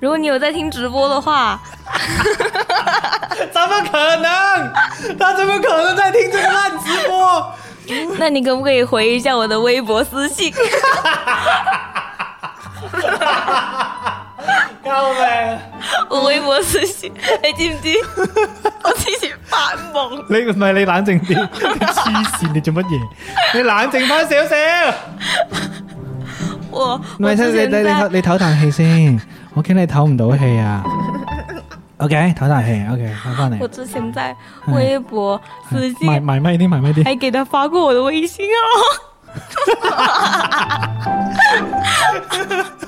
[SPEAKER 3] 如果你有在听直播的话，
[SPEAKER 2] 怎么可能？他怎么可能在听这个烂直播？
[SPEAKER 3] 那你可不可以回一下我的微博私信？
[SPEAKER 2] 救命！
[SPEAKER 3] 我微博私信，哎你知唔知？ 我之前發夢，
[SPEAKER 2] 你唔係你冷靜啲，你黐線！你做乜嘢？你冷靜翻少少。
[SPEAKER 3] 我
[SPEAKER 2] 唔
[SPEAKER 3] 我
[SPEAKER 2] 係，
[SPEAKER 3] 之前
[SPEAKER 2] 你你
[SPEAKER 3] 在
[SPEAKER 2] 唞你唞啖氣先，我驚你唞唔到氣啊。OK，唞啖氣。OK，翻翻
[SPEAKER 3] 我
[SPEAKER 2] 嚟。
[SPEAKER 3] 之前在
[SPEAKER 2] 嗯
[SPEAKER 3] 微博私
[SPEAKER 2] 埋
[SPEAKER 3] 信
[SPEAKER 2] 埋咪啲，埋咪啲。
[SPEAKER 3] 还给他发过我的微信哦。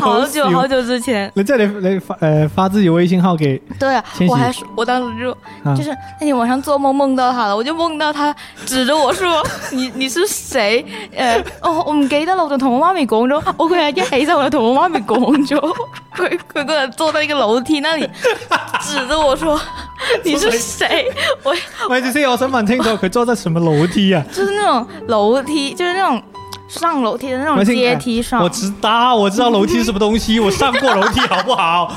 [SPEAKER 3] 好久好久之前，
[SPEAKER 2] 你即係你你發誒發自己微信號給
[SPEAKER 3] 对啊
[SPEAKER 2] 千，玺
[SPEAKER 3] 我还说，我当时就、
[SPEAKER 2] 啊
[SPEAKER 3] 就是那天晚上做梦梦到他了，我就梦到他指着我说：“你你是谁？”诶、哦，我唔記得啦，我就同我媽咪講咗，我嗰日一起身我就同我媽咪講咗， 佢佢嗰日坐在一個樓梯那裡，指着我說：“你是誰？”我
[SPEAKER 2] 咪住先，我想問清 楚佢坐得什麼樓梯啊？
[SPEAKER 3] 就是那種樓梯，就是那種上樓梯的那
[SPEAKER 2] 我
[SPEAKER 3] 種
[SPEAKER 2] 先
[SPEAKER 3] 階梯上
[SPEAKER 2] 我，知道，我知道楼梯是什么东西，我上过楼梯，好不 好？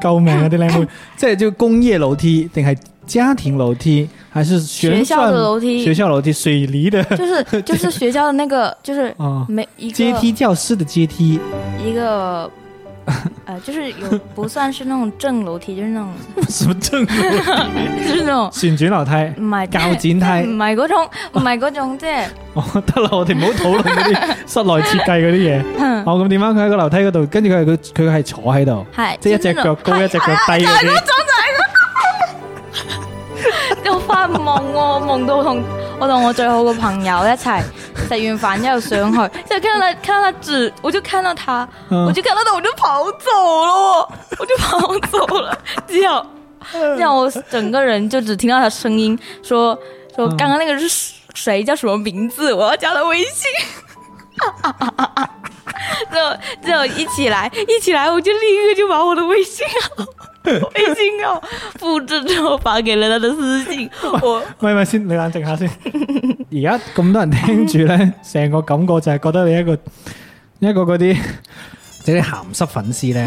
[SPEAKER 2] 救命啊！啲靓 妹，即系就工业楼梯，定系家庭楼梯，还是旋
[SPEAKER 3] 学校的
[SPEAKER 2] 转
[SPEAKER 3] 楼梯
[SPEAKER 2] 学校楼梯，水泥的
[SPEAKER 3] 就是就是学校的那个，就是
[SPEAKER 2] 啊，
[SPEAKER 3] 每一个
[SPEAKER 2] 阶梯教室的阶梯，
[SPEAKER 3] 一个，呃，就是有不算是那种正楼梯，就是那种，
[SPEAKER 2] 什么正路
[SPEAKER 3] 就是那种
[SPEAKER 2] 旋转楼梯。
[SPEAKER 3] 唔係
[SPEAKER 2] 铰剪梯
[SPEAKER 3] 唔係嗰種，唔係嗰種，即係
[SPEAKER 2] 哦， 得啦，我哋唔好讨论嗰啲室内设计嗰 啲嘢。
[SPEAKER 3] 哼
[SPEAKER 2] 哦，咁点啊？佢喺个楼梯嗰度，跟住佢係佢佢系坐喺度，
[SPEAKER 3] 係
[SPEAKER 2] 即系一
[SPEAKER 3] 就
[SPEAKER 2] 只
[SPEAKER 3] 是那
[SPEAKER 2] 脚
[SPEAKER 3] 種
[SPEAKER 2] 高
[SPEAKER 3] 係
[SPEAKER 2] 一只脚低嗰
[SPEAKER 3] 啊
[SPEAKER 2] 啲。
[SPEAKER 3] 就發夢喎我夢到同我同我最好嘅朋友一齊食完飯之後上去，就看到他看到他指，我就看到他，
[SPEAKER 2] 嗯
[SPEAKER 3] 我就看到他，我就跑走 了哦，我就跑走了，之后之后我整个人就只听到他声音说说
[SPEAKER 2] 嗯
[SPEAKER 3] 刚刚那个是谁叫什么名字，我要加他微信。 之后之后一起来一起来，我就立刻就把我的微信号微信号复制之后发给了他的私 信，我。
[SPEAKER 2] 喂咪先，你冷靜下先。 而家咁多人聽住 咧，成個感覺就係覺得你一個一個嗰 啲即係啲鹹濕粉絲 咧，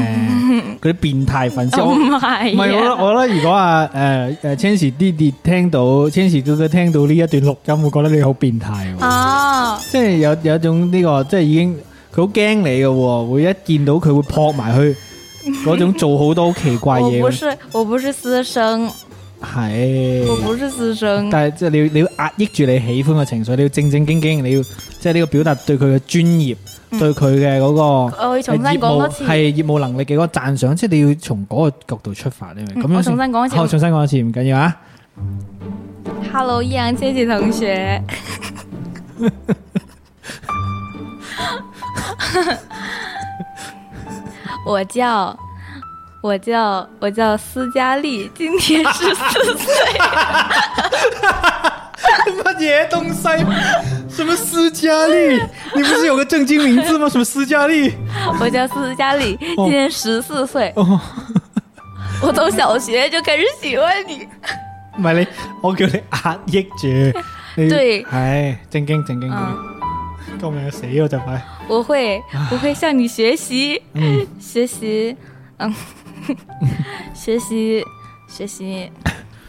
[SPEAKER 2] 嗰啲變態粉絲。我
[SPEAKER 3] 唔
[SPEAKER 2] 哦唔係我覺
[SPEAKER 3] 係
[SPEAKER 2] 得
[SPEAKER 3] 啊，
[SPEAKER 2] 我覺得如果啊誒誒千禧弟弟聽到千禧哥哥聽到呢一段錄音，會覺得你好變態喎。
[SPEAKER 3] 啊，
[SPEAKER 2] 即係有有一種呢個即係已經佢好驚你嘅喎，會一見到佢會撲埋去嗰種做好多好奇 怪
[SPEAKER 3] 我
[SPEAKER 2] 嘢
[SPEAKER 3] 不
[SPEAKER 2] 嗰種。
[SPEAKER 3] 是我不是私生，
[SPEAKER 2] 係。
[SPEAKER 3] 我不是私生，
[SPEAKER 2] 但係即係你要你要壓抑住你喜歡嘅情緒，你要正正經經，你要即係呢個表達對佢嘅專業，對佢嘅嗰個
[SPEAKER 3] 呃我會嗯哦重新
[SPEAKER 2] 係業
[SPEAKER 3] 講多
[SPEAKER 2] 務
[SPEAKER 3] 次，
[SPEAKER 2] 係業務能力嘅嗰個讚賞，即係你要從嗰個角度出發，你明唔明？
[SPEAKER 3] 嗯
[SPEAKER 2] 咁樣
[SPEAKER 3] 我重新講一次
[SPEAKER 2] 好重新講一次，唔緊要啊。
[SPEAKER 3] Hello，易烊千玺 同学。我叫我叫我叫斯嘉丽，今年十四岁。
[SPEAKER 2] 哎乜嘢东西？什么斯嘉 丽？你不是有个正经名字吗？什么斯嘉丽？
[SPEAKER 3] 我叫斯嘉丽，今年十四岁。
[SPEAKER 2] 哦，
[SPEAKER 3] 我从小学就开始喜欢你。
[SPEAKER 2] 唔系你，我叫你压抑住。你
[SPEAKER 3] 對
[SPEAKER 2] 系正经正经
[SPEAKER 3] 嗯
[SPEAKER 2] 嘅，救命死咗就快。
[SPEAKER 3] 我会，我会向你学习，
[SPEAKER 2] 啊嗯
[SPEAKER 3] 学习， 嗯，学习，学习，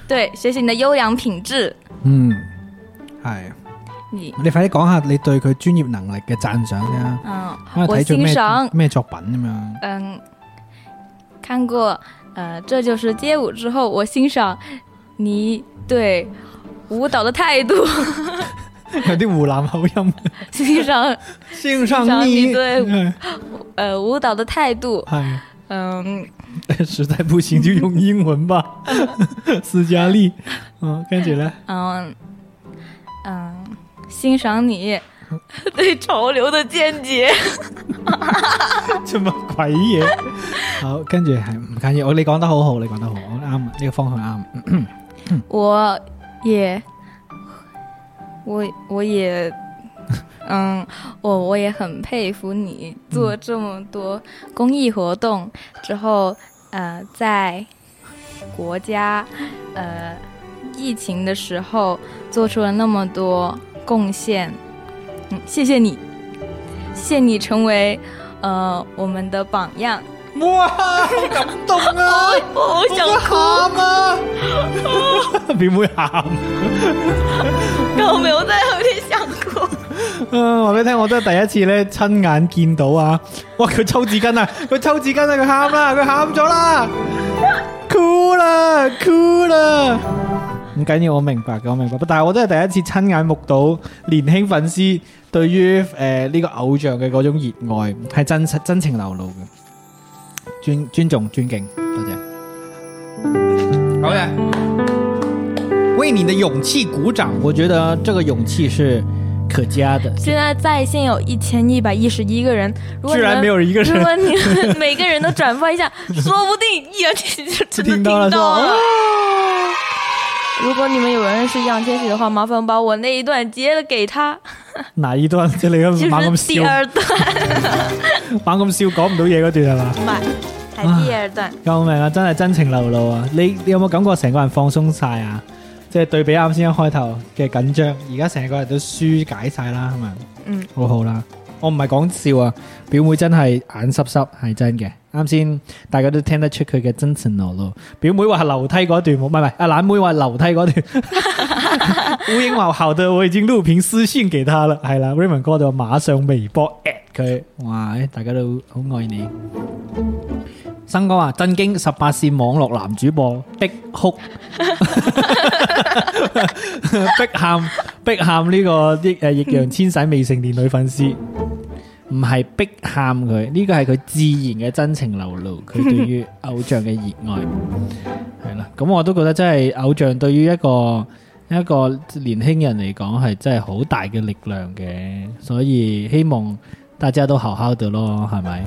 [SPEAKER 3] 对，学习你的优良品质。
[SPEAKER 2] 嗯，系
[SPEAKER 3] 你，
[SPEAKER 2] 你快啲讲下你对佢专业能力嘅赞赏先啊！
[SPEAKER 3] 嗯，
[SPEAKER 2] 因為
[SPEAKER 3] 我
[SPEAKER 2] 睇咗
[SPEAKER 3] 欣赏
[SPEAKER 2] 咩，咩作品咁样。
[SPEAKER 3] 嗯，看过，呃，这就是街舞之后，我欣赏你对舞蹈的态度，
[SPEAKER 2] 有啲湖南口音。
[SPEAKER 3] 欣赏
[SPEAKER 2] 欣赏
[SPEAKER 3] 赏
[SPEAKER 2] 你，
[SPEAKER 3] 你对
[SPEAKER 2] 嗯
[SPEAKER 3] 呃舞蹈的态度，
[SPEAKER 2] 哎，
[SPEAKER 3] 嗯，
[SPEAKER 2] 实在不行就用英文吧。 斯嘉丽，嗯，跟住咧，
[SPEAKER 3] 嗯，嗯，欣赏你 对潮流的见解。
[SPEAKER 2] 做乜鬼嘢？好，跟住係唔緊要，我你講得好好，你講得好，我啱，啊呢個方向啱。
[SPEAKER 3] 我也，我我也，嗯，我我也很佩服你做这么多公益活动之后，呃，在国家呃疫情的时候做出了那么多贡献，嗯，谢谢你，谢谢你成为呃我们的榜样。
[SPEAKER 2] 哇，好感動啊！
[SPEAKER 3] 哦我好想哭，
[SPEAKER 2] 喊啊！ 表妹喊，啊
[SPEAKER 3] 救命！我真的有点想哭。
[SPEAKER 2] 嗯，話俾你聽，我都係第一次咧親眼見到啊！哇，佢抽紙巾啊，佢抽紙巾啊，佢喊啦，佢喊咗啦，哭啦，哭啦！唔緊要，我明白嘅，我明白。但係我都係第一次親眼目睹年輕粉絲對於誒呃呢個偶像嘅嗰種熱愛，係真真情流露嘅。尊尊重、尊敬，多謝。好嘅，為你的勇氣鼓掌。我覺得這個勇氣是可嘉的，
[SPEAKER 3] 现在在线有一千一百一十一个人，如果
[SPEAKER 2] 居
[SPEAKER 3] 你
[SPEAKER 2] 然
[SPEAKER 3] 们
[SPEAKER 2] 沒有一个
[SPEAKER 3] 如
[SPEAKER 2] 人
[SPEAKER 3] 果你们每个人都转发一下，说不定一人你就 真
[SPEAKER 2] 听
[SPEAKER 3] 的听
[SPEAKER 2] 到了啊是吧
[SPEAKER 3] 到了。如果你们有人是易烊千玺的话，麻烦把我那一段截了 给他，
[SPEAKER 2] 哪一段？即係你
[SPEAKER 3] 就
[SPEAKER 2] 咁猛
[SPEAKER 3] 是
[SPEAKER 2] 咁
[SPEAKER 3] 第
[SPEAKER 2] 笑，
[SPEAKER 3] 二段，
[SPEAKER 2] 猛咁笑講唔到嘢嗰段係嘛？
[SPEAKER 3] 买，才第二段。
[SPEAKER 2] 救命啊！真係真情流露啊！你你有冇感覺成個人放鬆晒啊？即係對比啱先一開頭嘅緊張，而家成個人都舒解晒啦，係咪？
[SPEAKER 3] 嗯，
[SPEAKER 2] 好好啦。我唔係講笑啊，表妹真係眼濕濕，係真嘅。啱先大家都聽得出佢嘅真情流露。表妹話樓梯嗰段冇，唔係唔係，阿懶妹話樓梯嗰段。烏英話好的，我已經錄屏私信給他啦。係啦，Raymond 哥就馬上微博 at 佢。哇，大家都好愛你。生哥話啊震驚十八線網絡男主播逼哭，逼喊逼喊呢個益誒易烊千玺未成年女粉絲，唔係逼喊佢，呢個係佢自然嘅真情流露，佢對於偶像嘅熱愛係啦。咁我都覺得真係偶像對於一個一個年輕人嚟講係真係好大嘅力量嘅，所以希望大家都好好地咯，係咪？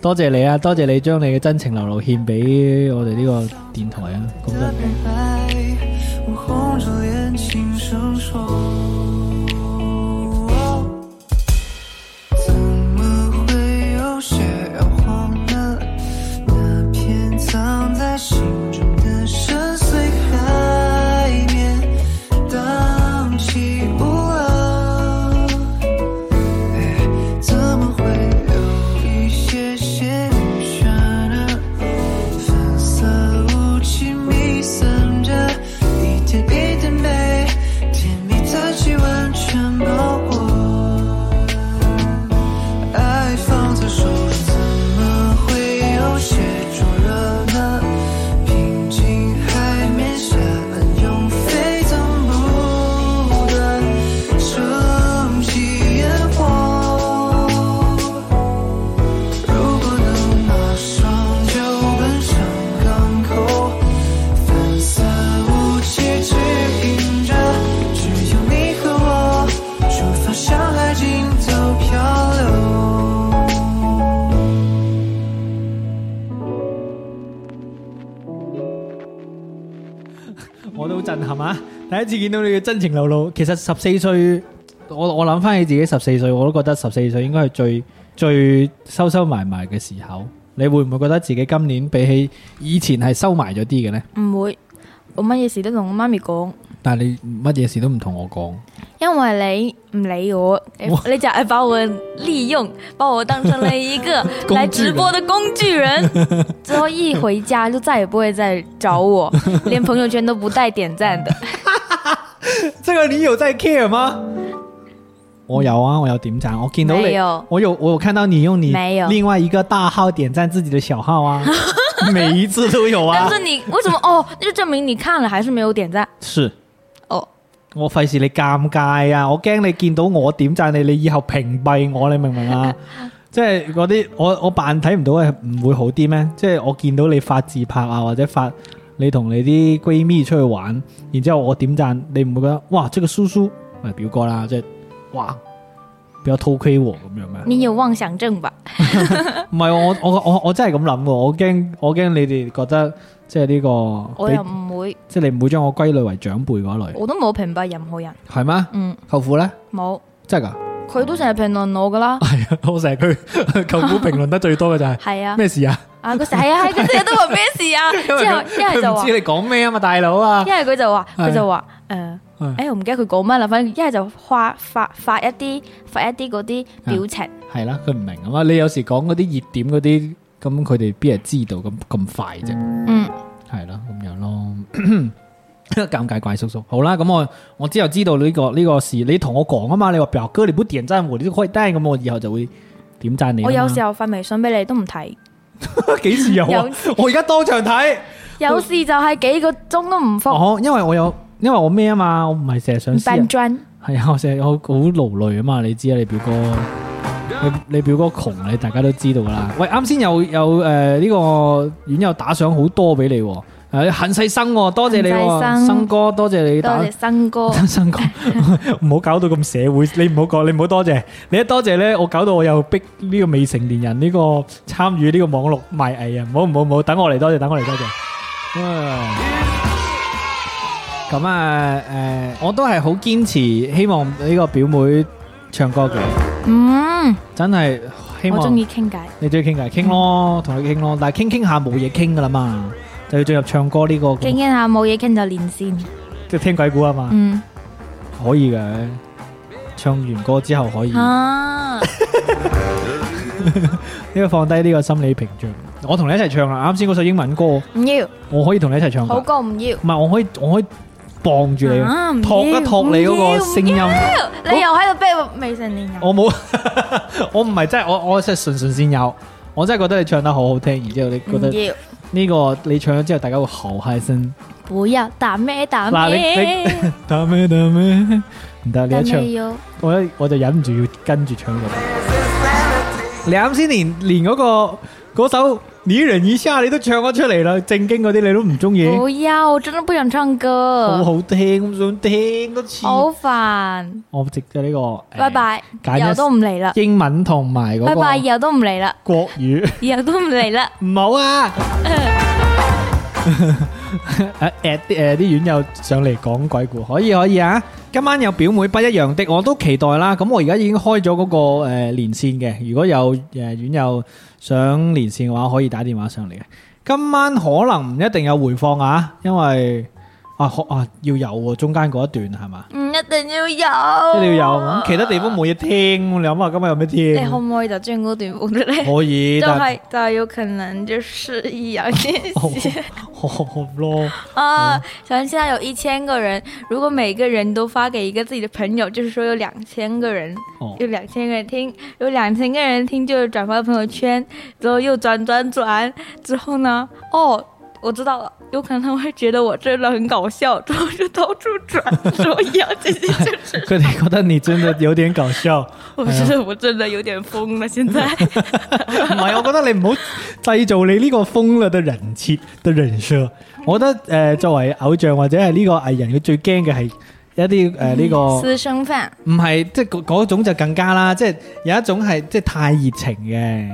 [SPEAKER 2] 多謝你啊，多謝你將你嘅真情流露獻俾我哋呢個電台啊，咁多人聽
[SPEAKER 5] 白，我红着脸轻声说。怎么会有些摇晃呢？那片藏在心中的深邃海面荡起舞浪。哎，怎么会有一些些晕眩呢？粉色雾气弥散着，一点一点被甜蜜代替完全
[SPEAKER 2] 我都好震撼啊！第一次見到你嘅真情流露，其實十四歲，我我諗翻起自己十四歲，我都覺得十四歲應該係最最收收埋埋嘅時候。你會唔會覺得自己今年比起以前係收埋咗啲嘅呢？
[SPEAKER 3] 唔會，嗯我乜嘢事都同我媽咪講，
[SPEAKER 2] 但係你乜嘢事都唔同我講，
[SPEAKER 3] 因為你唔理我，你
[SPEAKER 2] 哇
[SPEAKER 3] 你就係把我利用，把我當成了一個
[SPEAKER 2] 工具人
[SPEAKER 3] 來直播的工具人。之後一回家就再也不會再找我，連朋友圈都不帶點讚的。
[SPEAKER 2] 這個你有在 care 嗎？我有啊，我有點讚，我見到你
[SPEAKER 3] 沒有，
[SPEAKER 2] 我有我有看到你用你
[SPEAKER 3] 沒有
[SPEAKER 2] 另外一個大號點讚自己的小號 啊，每一次都有啊
[SPEAKER 3] 但。是你為什麼？哦，那就證明你看了還是沒有點讚。
[SPEAKER 2] 是，
[SPEAKER 3] 哦，
[SPEAKER 2] 我費事你尷尬啊！我驚你見到我點讚你，你以後屏蔽我，你明唔明 啊？即係嗰啲我我扮睇唔到係唔會好啲咩？即係我見到你發自拍啊，或者發你同你啲閨蜜出去玩，然之後我點讚，你唔會覺得哇，這個叔叔咪表哥啦，即係哇，比較偷窺喎咁樣咩？
[SPEAKER 3] 你有妄想症吧？
[SPEAKER 2] 唔係我我我我真係咁諗喎，我驚我驚你哋覺得即係呢、個
[SPEAKER 3] 我
[SPEAKER 2] 俾
[SPEAKER 3] 又唔會，
[SPEAKER 2] 即係你唔會將我歸類為長輩嗰類，
[SPEAKER 3] 我都冇評價任何人。
[SPEAKER 2] 係咩？
[SPEAKER 3] 嗯，
[SPEAKER 2] 舅父呢？
[SPEAKER 3] 冇，
[SPEAKER 2] 真係㗎？
[SPEAKER 3] 佢都成日評論我噶啦。
[SPEAKER 2] 系啊，我成日 佢舅父評論得最多嘅就係
[SPEAKER 3] 係啊，
[SPEAKER 2] 咩事啊？
[SPEAKER 3] 啊佢成係啊，係佢成日都話咩事啊？之
[SPEAKER 2] 因為
[SPEAKER 3] 後
[SPEAKER 2] 佢
[SPEAKER 3] 一係就
[SPEAKER 2] 佢唔
[SPEAKER 3] 話
[SPEAKER 2] 知。你講咩啊嘛，大佬啊
[SPEAKER 3] 一！係佢就話，
[SPEAKER 2] 係
[SPEAKER 3] 佢就話，誒，
[SPEAKER 2] 係
[SPEAKER 3] 誒，我唔記得佢講乜啦，反正一係就發發發一啲發一啲嗰啲
[SPEAKER 2] 啊
[SPEAKER 3] 表情，
[SPEAKER 2] 係啦，佢唔明啊嘛。你有時講嗰啲熱點嗰啲，咁佢哋邊係知道咁咁快啫？
[SPEAKER 3] 嗯，
[SPEAKER 2] 係啦，咁樣咯。 尷尬怪叔叔，好啦，咁我我之後知道呢、個呢、個事，你同我講啊嘛，你話表哥你不點讚我，你都可以單咁，我以後就會點讚你啊嘛。
[SPEAKER 3] 嗯我有時候發微信俾你都唔睇，
[SPEAKER 2] 幾時有啊
[SPEAKER 3] 有？
[SPEAKER 2] 我而家當場睇。
[SPEAKER 3] 有時就係幾個鐘都唔覆，
[SPEAKER 2] 哦，啊因為我有，因為我咩啊嘛，我唔係成日想私人
[SPEAKER 3] 扮專，
[SPEAKER 2] 系啊，我成日好好勞累啊嘛，你知啊，你表哥，你你表哥窮，你大家都知道噶啦。喂，啱先有有诶呢、個院友打賞好多俾你喎，誒恨世生喎，多謝你
[SPEAKER 3] 恨世
[SPEAKER 2] 喎，
[SPEAKER 3] 生
[SPEAKER 2] 生哥，多謝你
[SPEAKER 3] 多
[SPEAKER 2] 打
[SPEAKER 3] 謝 生哥，
[SPEAKER 2] 生哥， 唔好搞到咁社會，你唔好講，你唔好多謝，你一多謝咧，我搞到我又逼 呢個未成年人呢個參與呢個網絡賣藝啊！唔好唔好唔好，等我嚟多謝，等我嚟多謝。啊咁啊，誒、我都係好堅持，希望呢個表妹唱歌嘅，
[SPEAKER 3] 嗯，
[SPEAKER 2] 真係希
[SPEAKER 3] 我
[SPEAKER 2] 望
[SPEAKER 3] 中意嗯傾偈，
[SPEAKER 2] 你中意傾偈，傾咯，同佢傾咯，但係傾傾下冇嘢傾噶啦嘛，就要進入唱歌呢、個
[SPEAKER 3] 傾傾下冇嘢傾就練先，
[SPEAKER 2] 即係聽鬼故啊嘛。
[SPEAKER 3] 嗯，
[SPEAKER 2] 可以嘅，唱完歌之後可以，呢
[SPEAKER 3] 啊，
[SPEAKER 2] 個放低呢個心理屏障。我同你一齊唱啦，啱先嗰首英文歌，
[SPEAKER 3] 唔要，
[SPEAKER 2] 我可以同你一齊唱㗎
[SPEAKER 3] 好歌唔要，
[SPEAKER 2] 唔係我可以我可以傍住你，
[SPEAKER 3] 啊唔
[SPEAKER 2] 托
[SPEAKER 3] 要
[SPEAKER 2] 一托你嗰個聲
[SPEAKER 3] 唔
[SPEAKER 2] 音。
[SPEAKER 3] 你又喺度逼未成年人，
[SPEAKER 2] 我冇， 我唔係真係我我真係純純先有，我真係覺得你唱得好好聽，然之後你覺
[SPEAKER 3] 唔
[SPEAKER 2] 得
[SPEAKER 3] 要，
[SPEAKER 2] 呢個你唱咗之後，大家會好開心。
[SPEAKER 3] 不要打咩打
[SPEAKER 2] 嗱
[SPEAKER 3] 咩
[SPEAKER 2] 你，你打咩打咩？唔得，你
[SPEAKER 3] 打
[SPEAKER 2] 一唱
[SPEAKER 3] 咩。要。
[SPEAKER 2] 我我就忍唔住要跟住唱嗰首。你啱先連連嗰、個嗰首《你人以下》你都唱咗出嚟啦，正經嗰啲你都唔中意，
[SPEAKER 3] 不要，我真的不想唱
[SPEAKER 2] 好
[SPEAKER 3] 歌，
[SPEAKER 2] 好聽，想聽多次。
[SPEAKER 3] Ờ. 好煩，
[SPEAKER 2] 我直咗呢個，誒
[SPEAKER 3] 拜。拜，
[SPEAKER 2] 揀一
[SPEAKER 3] 以後都唔嚟啦，
[SPEAKER 2] 英文同埋嗰
[SPEAKER 3] 拜拜，
[SPEAKER 2] 個
[SPEAKER 3] 以後都唔嚟啦，
[SPEAKER 2] 國語，
[SPEAKER 3] 以後都唔嚟啦，
[SPEAKER 2] 唔好啊！誒誒啲誒啲院友上嚟講鬼故，可以可以啊！今晚有表妹不一樣的，我都期待啦。咁我而家已經開咗嗰、個誒、呃、連線嘅，如果有誒、呃、院友想連線嘅話，可以打電話上嚟嘅。今晚可能唔一定有回放啊，因為啊可啊要有喎、中間嗰一段係嘛，
[SPEAKER 3] 唔一定要有，
[SPEAKER 2] 一定要有。嗯咁其他地方冇嘢聽，你諗下今日有咩
[SPEAKER 3] 你可
[SPEAKER 2] 聽？
[SPEAKER 3] 唔可以就將嗰段放出嚟？
[SPEAKER 2] 可以，
[SPEAKER 3] 就
[SPEAKER 2] 但
[SPEAKER 3] 係就係有可能就是易烊千 玺
[SPEAKER 2] 好好哦咯。
[SPEAKER 3] 啊！想現在有一千個人，如果每個人都發給一個自己的朋友，就是說有兩千個人
[SPEAKER 2] 哦，
[SPEAKER 3] 有两千个人听，有两千个人听就转发到朋友圈，之后又转转转，之后呢，哦，我知道了，有可能他会觉得我真的很搞笑，之后就到处转，说一样这些就是，
[SPEAKER 2] 佢哋覺得你真的有點搞笑。
[SPEAKER 3] 我觉得我真的有点疯了，现在
[SPEAKER 2] 哎唔係，我覺得你唔好製造你呢個瘋了的人設的人設。我覺得誒、呃作為偶像或者係呢個藝人，佢最驚嘅係一啲誒呢個
[SPEAKER 3] 私生饭，
[SPEAKER 2] 唔係，即係嗰嗰種就更加啦。即係有一種係即係太熱情嘅，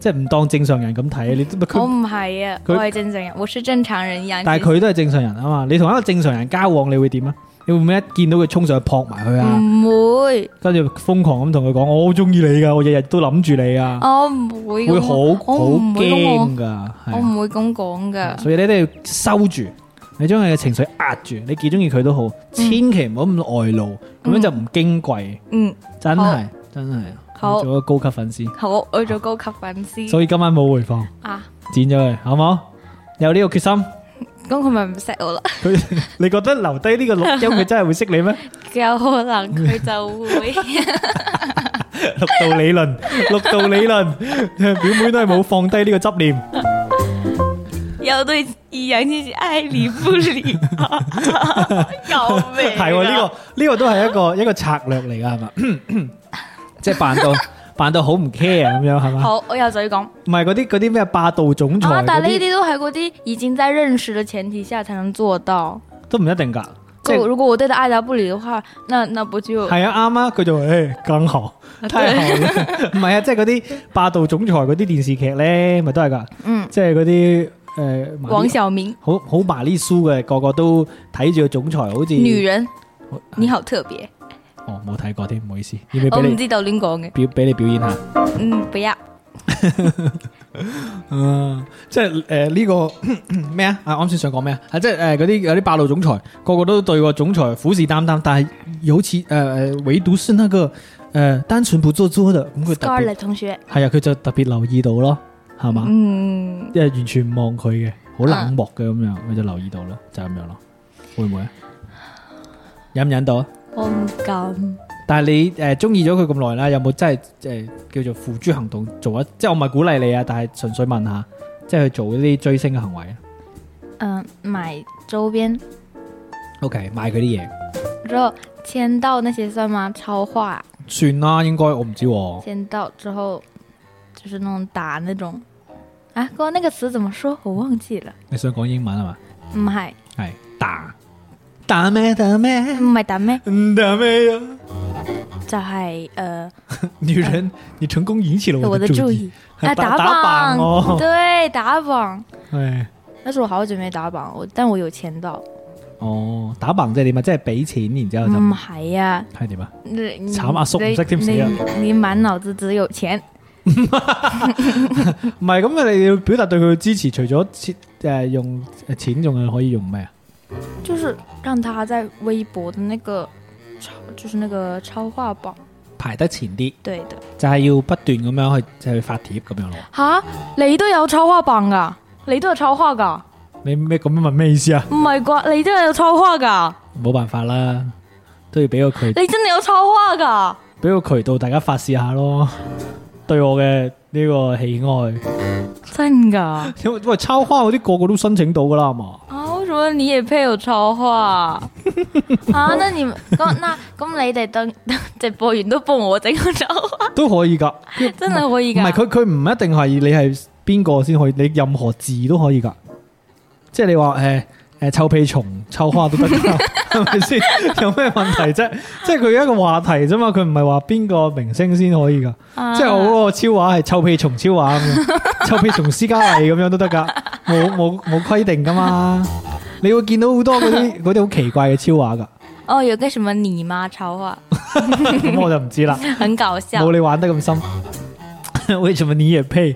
[SPEAKER 2] 即係唔當正常人咁睇，你佢
[SPEAKER 3] 嗯我唔係啊，
[SPEAKER 2] 佢
[SPEAKER 3] 我係正常人，我是正常人养。
[SPEAKER 2] 但係佢都係正常人啊嘛，你同一個正常人交往，你會點啊？你會唔會一見到佢衝上去撲埋佢啊？
[SPEAKER 3] 唔會，
[SPEAKER 2] 跟住瘋狂咁同佢講：我好中意你噶，我日日都諗住你啊！
[SPEAKER 3] 我唔會咁，
[SPEAKER 2] 會好好
[SPEAKER 3] 我哦唔會咁
[SPEAKER 2] 驚噶，
[SPEAKER 3] 我哦
[SPEAKER 2] 係
[SPEAKER 3] 唔會咁講噶。
[SPEAKER 2] 所以你都要收住，你將佢嘅情緒壓住，你幾中意佢都好，千祈唔好咁外露，咁樣
[SPEAKER 3] 嗯
[SPEAKER 2] 就唔矜貴，
[SPEAKER 3] 嗯，
[SPEAKER 2] 真
[SPEAKER 3] 好
[SPEAKER 2] 係真係，
[SPEAKER 3] 好
[SPEAKER 2] 做一個高級粉絲。
[SPEAKER 3] 好，我做高級粉絲
[SPEAKER 2] 所以今晚冇回放，
[SPEAKER 3] 啊，
[SPEAKER 2] 剪咗佢，好冇？有呢個決心，
[SPEAKER 3] 咁佢咪唔識我啦？
[SPEAKER 2] 佢你覺得留低呢個錄音，佢真係會識你咩？
[SPEAKER 3] 有可能佢就 會
[SPEAKER 2] 六道理論，六道理論， 表妹都係冇放低呢個執念。
[SPEAKER 3] 有對易烊千玺愛理不理啊！ 救命！
[SPEAKER 2] 系喎，
[SPEAKER 3] 啊
[SPEAKER 2] 呢個呢個都係一個 一個策略嚟㗎，係 嘛？即係扮到扮到好唔 care 咁樣，係嘛？
[SPEAKER 3] 好，我又再講
[SPEAKER 2] 唔係嗰啲嗰啲咩霸道總裁
[SPEAKER 3] 啊！但呢
[SPEAKER 2] 嗰啲
[SPEAKER 3] 啲都係嗰啲已經在認識的前提下才能做到。
[SPEAKER 2] 都唔一定㗎。即
[SPEAKER 3] 就
[SPEAKER 2] 係
[SPEAKER 3] 如果我對他愛答不理的話，那那不就
[SPEAKER 2] 係啊，啱啊，佢就诶更好，
[SPEAKER 3] 啊
[SPEAKER 2] 太好啦。 唔係啊，即係嗰啲霸道總裁嗰啲電視劇咧，咪都係㗎。
[SPEAKER 3] 嗯
[SPEAKER 2] 即係嗰啲诶
[SPEAKER 3] 王小明
[SPEAKER 2] 好好麻利蘇嘅，個個都睇住個總裁，好似
[SPEAKER 3] 女人
[SPEAKER 2] 好
[SPEAKER 3] 你好特哦別，
[SPEAKER 2] 哦冇睇過添，唔好意思，要唔要
[SPEAKER 3] 我
[SPEAKER 2] 俾
[SPEAKER 3] 唔
[SPEAKER 2] 你
[SPEAKER 3] 知道亂講嘅。
[SPEAKER 2] 表俾你表演下？
[SPEAKER 3] 嗯，不要。
[SPEAKER 2] 啊，即系诶呢個 咩啊？啊，我啱先想講咩啊？啊，即係诶嗰啲有啲霸道總裁，個個都對個總裁虎視眈眈，但係有似诶诶，唯獨是那個诶、呃、单纯不做作的，咁佢特別
[SPEAKER 3] Scarlett 同學，
[SPEAKER 2] 係啊，佢就特別留意到咯，係嘛？
[SPEAKER 3] 嗯，
[SPEAKER 2] 即係完全唔望佢嘅，好冷漠嘅咁樣，佢就留意到咯，就係咁樣咯，會唔會啊？忍唔忍到啊？
[SPEAKER 3] 我唔敢。
[SPEAKER 2] 但係你誒中意咗佢咁耐啦，有冇真係誒、叫做付諸行動做一？即係我唔係鼓勵你啊，但係純粹問下，即係去做呢啲追星嘅行為啊。
[SPEAKER 3] 嗯，買周邊，
[SPEAKER 2] OK，買佢啲嘢
[SPEAKER 3] 之後簽到那些算嗎？超話
[SPEAKER 2] 算啦，啊應該我唔知喎。
[SPEAKER 3] 签到之后，就是那种打那种，啊，哥那个词怎么说？我忘记了。嗯
[SPEAKER 2] 你想講英文啊係嘛？
[SPEAKER 3] 唔系，
[SPEAKER 2] 係打打咩打咩
[SPEAKER 3] 唔系嗯打咩？
[SPEAKER 2] 打咩呀？
[SPEAKER 3] 就系、呃，
[SPEAKER 2] 女人，你成功引起了
[SPEAKER 3] 我的
[SPEAKER 2] 的
[SPEAKER 3] 注
[SPEAKER 2] 意
[SPEAKER 3] 意。啊，
[SPEAKER 2] 打
[SPEAKER 3] 榜，
[SPEAKER 2] 榜哦，
[SPEAKER 3] 对，打榜。
[SPEAKER 2] 係
[SPEAKER 3] 但是我好久没打榜，我但我有签到。
[SPEAKER 2] 哦，打榜即係點啊？即係俾錢，然之後就
[SPEAKER 3] 唔系嗯呀，
[SPEAKER 2] 係點啊？
[SPEAKER 3] 你你
[SPEAKER 2] 慘啊叔唔識添死啊
[SPEAKER 3] 你你满脑子只有钱。
[SPEAKER 2] 唔係咁，你要表達對佢嘅支持，除咗錢誒用誒錢，仲係可以用咩啊？
[SPEAKER 3] 就是让他在微博的那个超，就是那个超话榜，
[SPEAKER 2] 排得前啲，
[SPEAKER 3] 对的。
[SPEAKER 2] 就係要不斷咁樣去去發帖咁樣咯。
[SPEAKER 3] 吓，你都有超话榜噶？你都有超话噶？
[SPEAKER 2] 你咩咁樣問咩意思啊？
[SPEAKER 3] 唔系啩？你真系有超话噶？
[SPEAKER 2] 冇辦法啦，都要俾個渠
[SPEAKER 3] 你真系有超话噶？
[SPEAKER 2] 俾個渠道大家發泄下咯。對我嘅呢個喜愛，
[SPEAKER 3] 真噶？
[SPEAKER 2] 因為喂抄花嗰啲個個都申請到噶啦係嘛。
[SPEAKER 3] 啊，为什么你也配有 超话？啊，那你咁那咁你哋等 等直播完都帮我整个超话，
[SPEAKER 2] 都可以㗎。
[SPEAKER 3] 真系可以
[SPEAKER 2] 唔
[SPEAKER 3] 噶？
[SPEAKER 2] 係佢佢唔一定係你係邊個先可以，你任何字都可以㗎。即係你話诶诶臭屁蟲、臭花都得㗎，係咪先？有咩問題啫？即係佢一個話題啫嘛，佢唔係話邊個明星先可以㗎。
[SPEAKER 3] 啊
[SPEAKER 2] 即係我嗰個超話係臭屁蟲超話咁樣，臭屁蟲斯嘉麗咁樣都得㗎，冇冇冇規定㗎嘛。你會見到好多嗰啲嗰啲好奇怪嘅超話㗎，
[SPEAKER 3] 哦，有个什么你妈超话，
[SPEAKER 2] 咁我就唔 知啦。
[SPEAKER 3] 很搞笑
[SPEAKER 2] 冇，你玩得咁深， 為什麼你也配？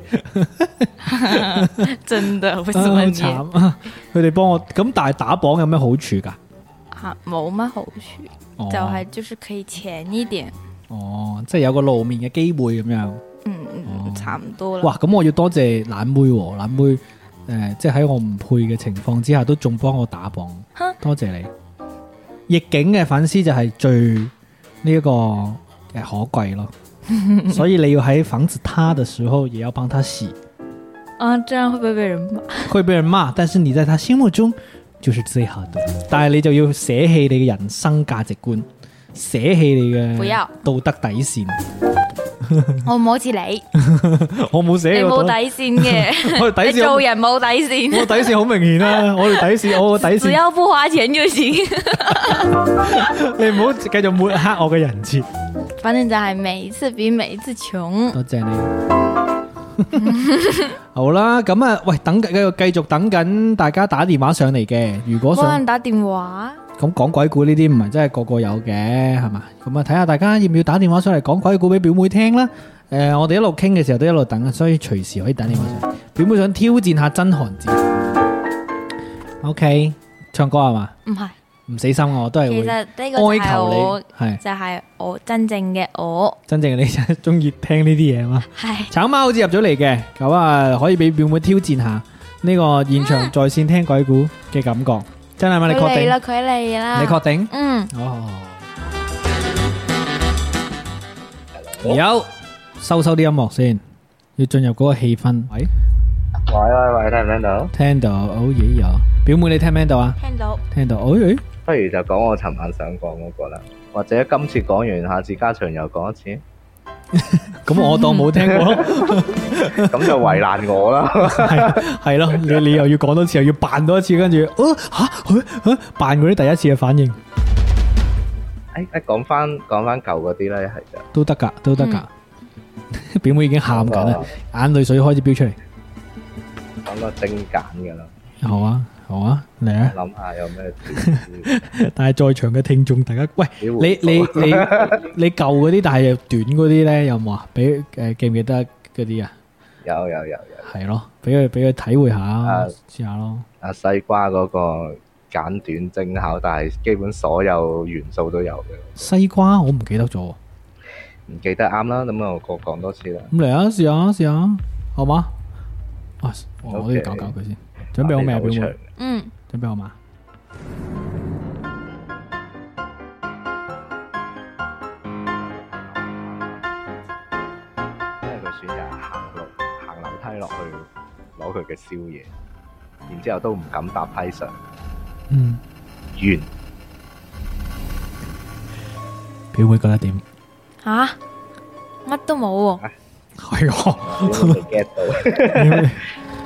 [SPEAKER 3] 真的 为
[SPEAKER 2] 啊
[SPEAKER 3] 什
[SPEAKER 2] 好
[SPEAKER 3] 么你也
[SPEAKER 2] 慘 啊！佢哋幫我咁，但係打榜有咩好處㗎？
[SPEAKER 3] 啊冇乜好处？
[SPEAKER 2] 哦
[SPEAKER 3] 就系就是可以浅一点，
[SPEAKER 2] 哦，即係有個露面嘅機會咁樣。
[SPEAKER 3] 嗯嗯，差唔多啦。
[SPEAKER 2] 哦哇！咁我要多謝懶妹喎，懶妹誒、即係喺我唔配嘅情況之下，都仲幫我打榜
[SPEAKER 3] 哼，
[SPEAKER 2] 多謝你。逆境嘅粉絲就係最呢、一個誒可貴 咯，所以你要喺防止他的時候，也要幫他洗。
[SPEAKER 3] 啊，这样会不会被人骂？
[SPEAKER 2] 會被人罵，但是你在他心目中就是最好的。但係你就要捨棄你嘅人生價值觀，捨棄你
[SPEAKER 3] 不
[SPEAKER 2] 嘅
[SPEAKER 3] 要
[SPEAKER 2] 道德底線。
[SPEAKER 3] 哦我唔好似你，
[SPEAKER 2] 我冇
[SPEAKER 3] 你
[SPEAKER 2] 捨棄
[SPEAKER 3] 冇
[SPEAKER 2] 嗯我道
[SPEAKER 3] 底线嘅，
[SPEAKER 2] 我哋
[SPEAKER 3] 你
[SPEAKER 2] 底線好，
[SPEAKER 3] 做人冇底线。
[SPEAKER 2] 我底線好明顯 啦。我哋底線，我個底
[SPEAKER 3] 只
[SPEAKER 2] 線，
[SPEAKER 3] 要不花钱就行。
[SPEAKER 2] 你唔好繼續抹黑我嘅人設。
[SPEAKER 3] 反正就系每一次比每一次穷。
[SPEAKER 2] 多謝你。好啦，咁啊，喂，等繼繼續等緊大家打電話上嚟嘅。如果
[SPEAKER 6] 幫
[SPEAKER 2] 想
[SPEAKER 6] 人打電話，
[SPEAKER 2] 咁講鬼故呢啲唔係真係個個有嘅，係嘛？咁啊，睇下大家要唔要打電話上嚟講鬼故俾表妹聽啦。誒、我哋一路傾嘅時候都一路等，所以隨時可以打電話上嚟。表妹想挑戰下真寒戰。OK，唱歌係嘛？
[SPEAKER 6] 唔係，
[SPEAKER 2] 唔死心啊哎我都係
[SPEAKER 6] 嗯其
[SPEAKER 2] 會
[SPEAKER 6] 實呢個就係
[SPEAKER 2] 哀
[SPEAKER 6] 我
[SPEAKER 2] 求，你，係
[SPEAKER 6] 就係我真正嘅我，
[SPEAKER 2] 真正嘅你真係中意聽呢啲嘢啊嘛？
[SPEAKER 6] 係
[SPEAKER 2] 橙貓好似入咗嚟嘅，咁啊可以俾表妹挑戰下呢個現場在線聽鬼故嘅感覺，真啊係嘛？你
[SPEAKER 6] 佢
[SPEAKER 2] 確
[SPEAKER 6] 嚟
[SPEAKER 2] 定？
[SPEAKER 6] 啦，佢嚟啦，
[SPEAKER 2] 你確定？
[SPEAKER 6] 嗯，
[SPEAKER 2] 哦。有收收啲音樂先，要進入嗰個氣氛。喂，
[SPEAKER 7] 喂喂喂，聽唔聽到？
[SPEAKER 2] 聽到，好嘢有。表妹你聽唔聽到啊？
[SPEAKER 6] 聽到，
[SPEAKER 2] 聽到，哦咦，
[SPEAKER 7] 不如就講我尋晚想講嗰個啦，或者今次講完，下次加長又講一次，
[SPEAKER 2] 咁我當冇聽過咯，
[SPEAKER 7] 咁就為難我啦。
[SPEAKER 2] 係係咯，你你又要講多次，又要扮多一次，跟住，哦吓，佢佢啊扮嗰啲第一次嘅反應
[SPEAKER 7] 誒誒，講翻講翻舊嗰啲啦，一係就
[SPEAKER 2] 都得㗎，都得㗎。 表妹已經喊緊啦，眼淚水開始飆出嚟。
[SPEAKER 7] 講個精簡嘅啦，
[SPEAKER 2] 好啊，好啊，嚟啊！
[SPEAKER 7] 諗下有咩短
[SPEAKER 2] 但係在場嘅聽眾，大家喂，
[SPEAKER 7] 你
[SPEAKER 2] 你
[SPEAKER 7] 回啊
[SPEAKER 2] 你你你舊嗰啲，但係又短嗰啲咧，有冇啊？俾誒記唔記得嗰啲啊？
[SPEAKER 7] 有有有有
[SPEAKER 2] 係咯，俾佢俾佢體會下
[SPEAKER 7] 啊，
[SPEAKER 2] 試下咯。
[SPEAKER 7] 阿啊西瓜嗰個簡短精巧，但係基本所有元素都有嘅，
[SPEAKER 2] 西瓜我唔記得咗喎，
[SPEAKER 7] 唔記得啱啦，咁我講講多次啦。
[SPEAKER 2] 咁嚟啊，試下試下，好嘛？啊，我
[SPEAKER 7] OK
[SPEAKER 2] 我都要搞搞佢先，準備好未啊，表妹？
[SPEAKER 7] 長
[SPEAKER 6] 嗯，
[SPEAKER 2] 準備好嘛？
[SPEAKER 7] 因為佢選擇行路行樓梯落去攞佢嘅宵夜，然之後都唔敢搭梯上。
[SPEAKER 2] 嗯，
[SPEAKER 7] 完，
[SPEAKER 2] 表妹覺得點？
[SPEAKER 6] 吓，乜都冇喎，
[SPEAKER 2] 係喎，
[SPEAKER 7] 未 get 到，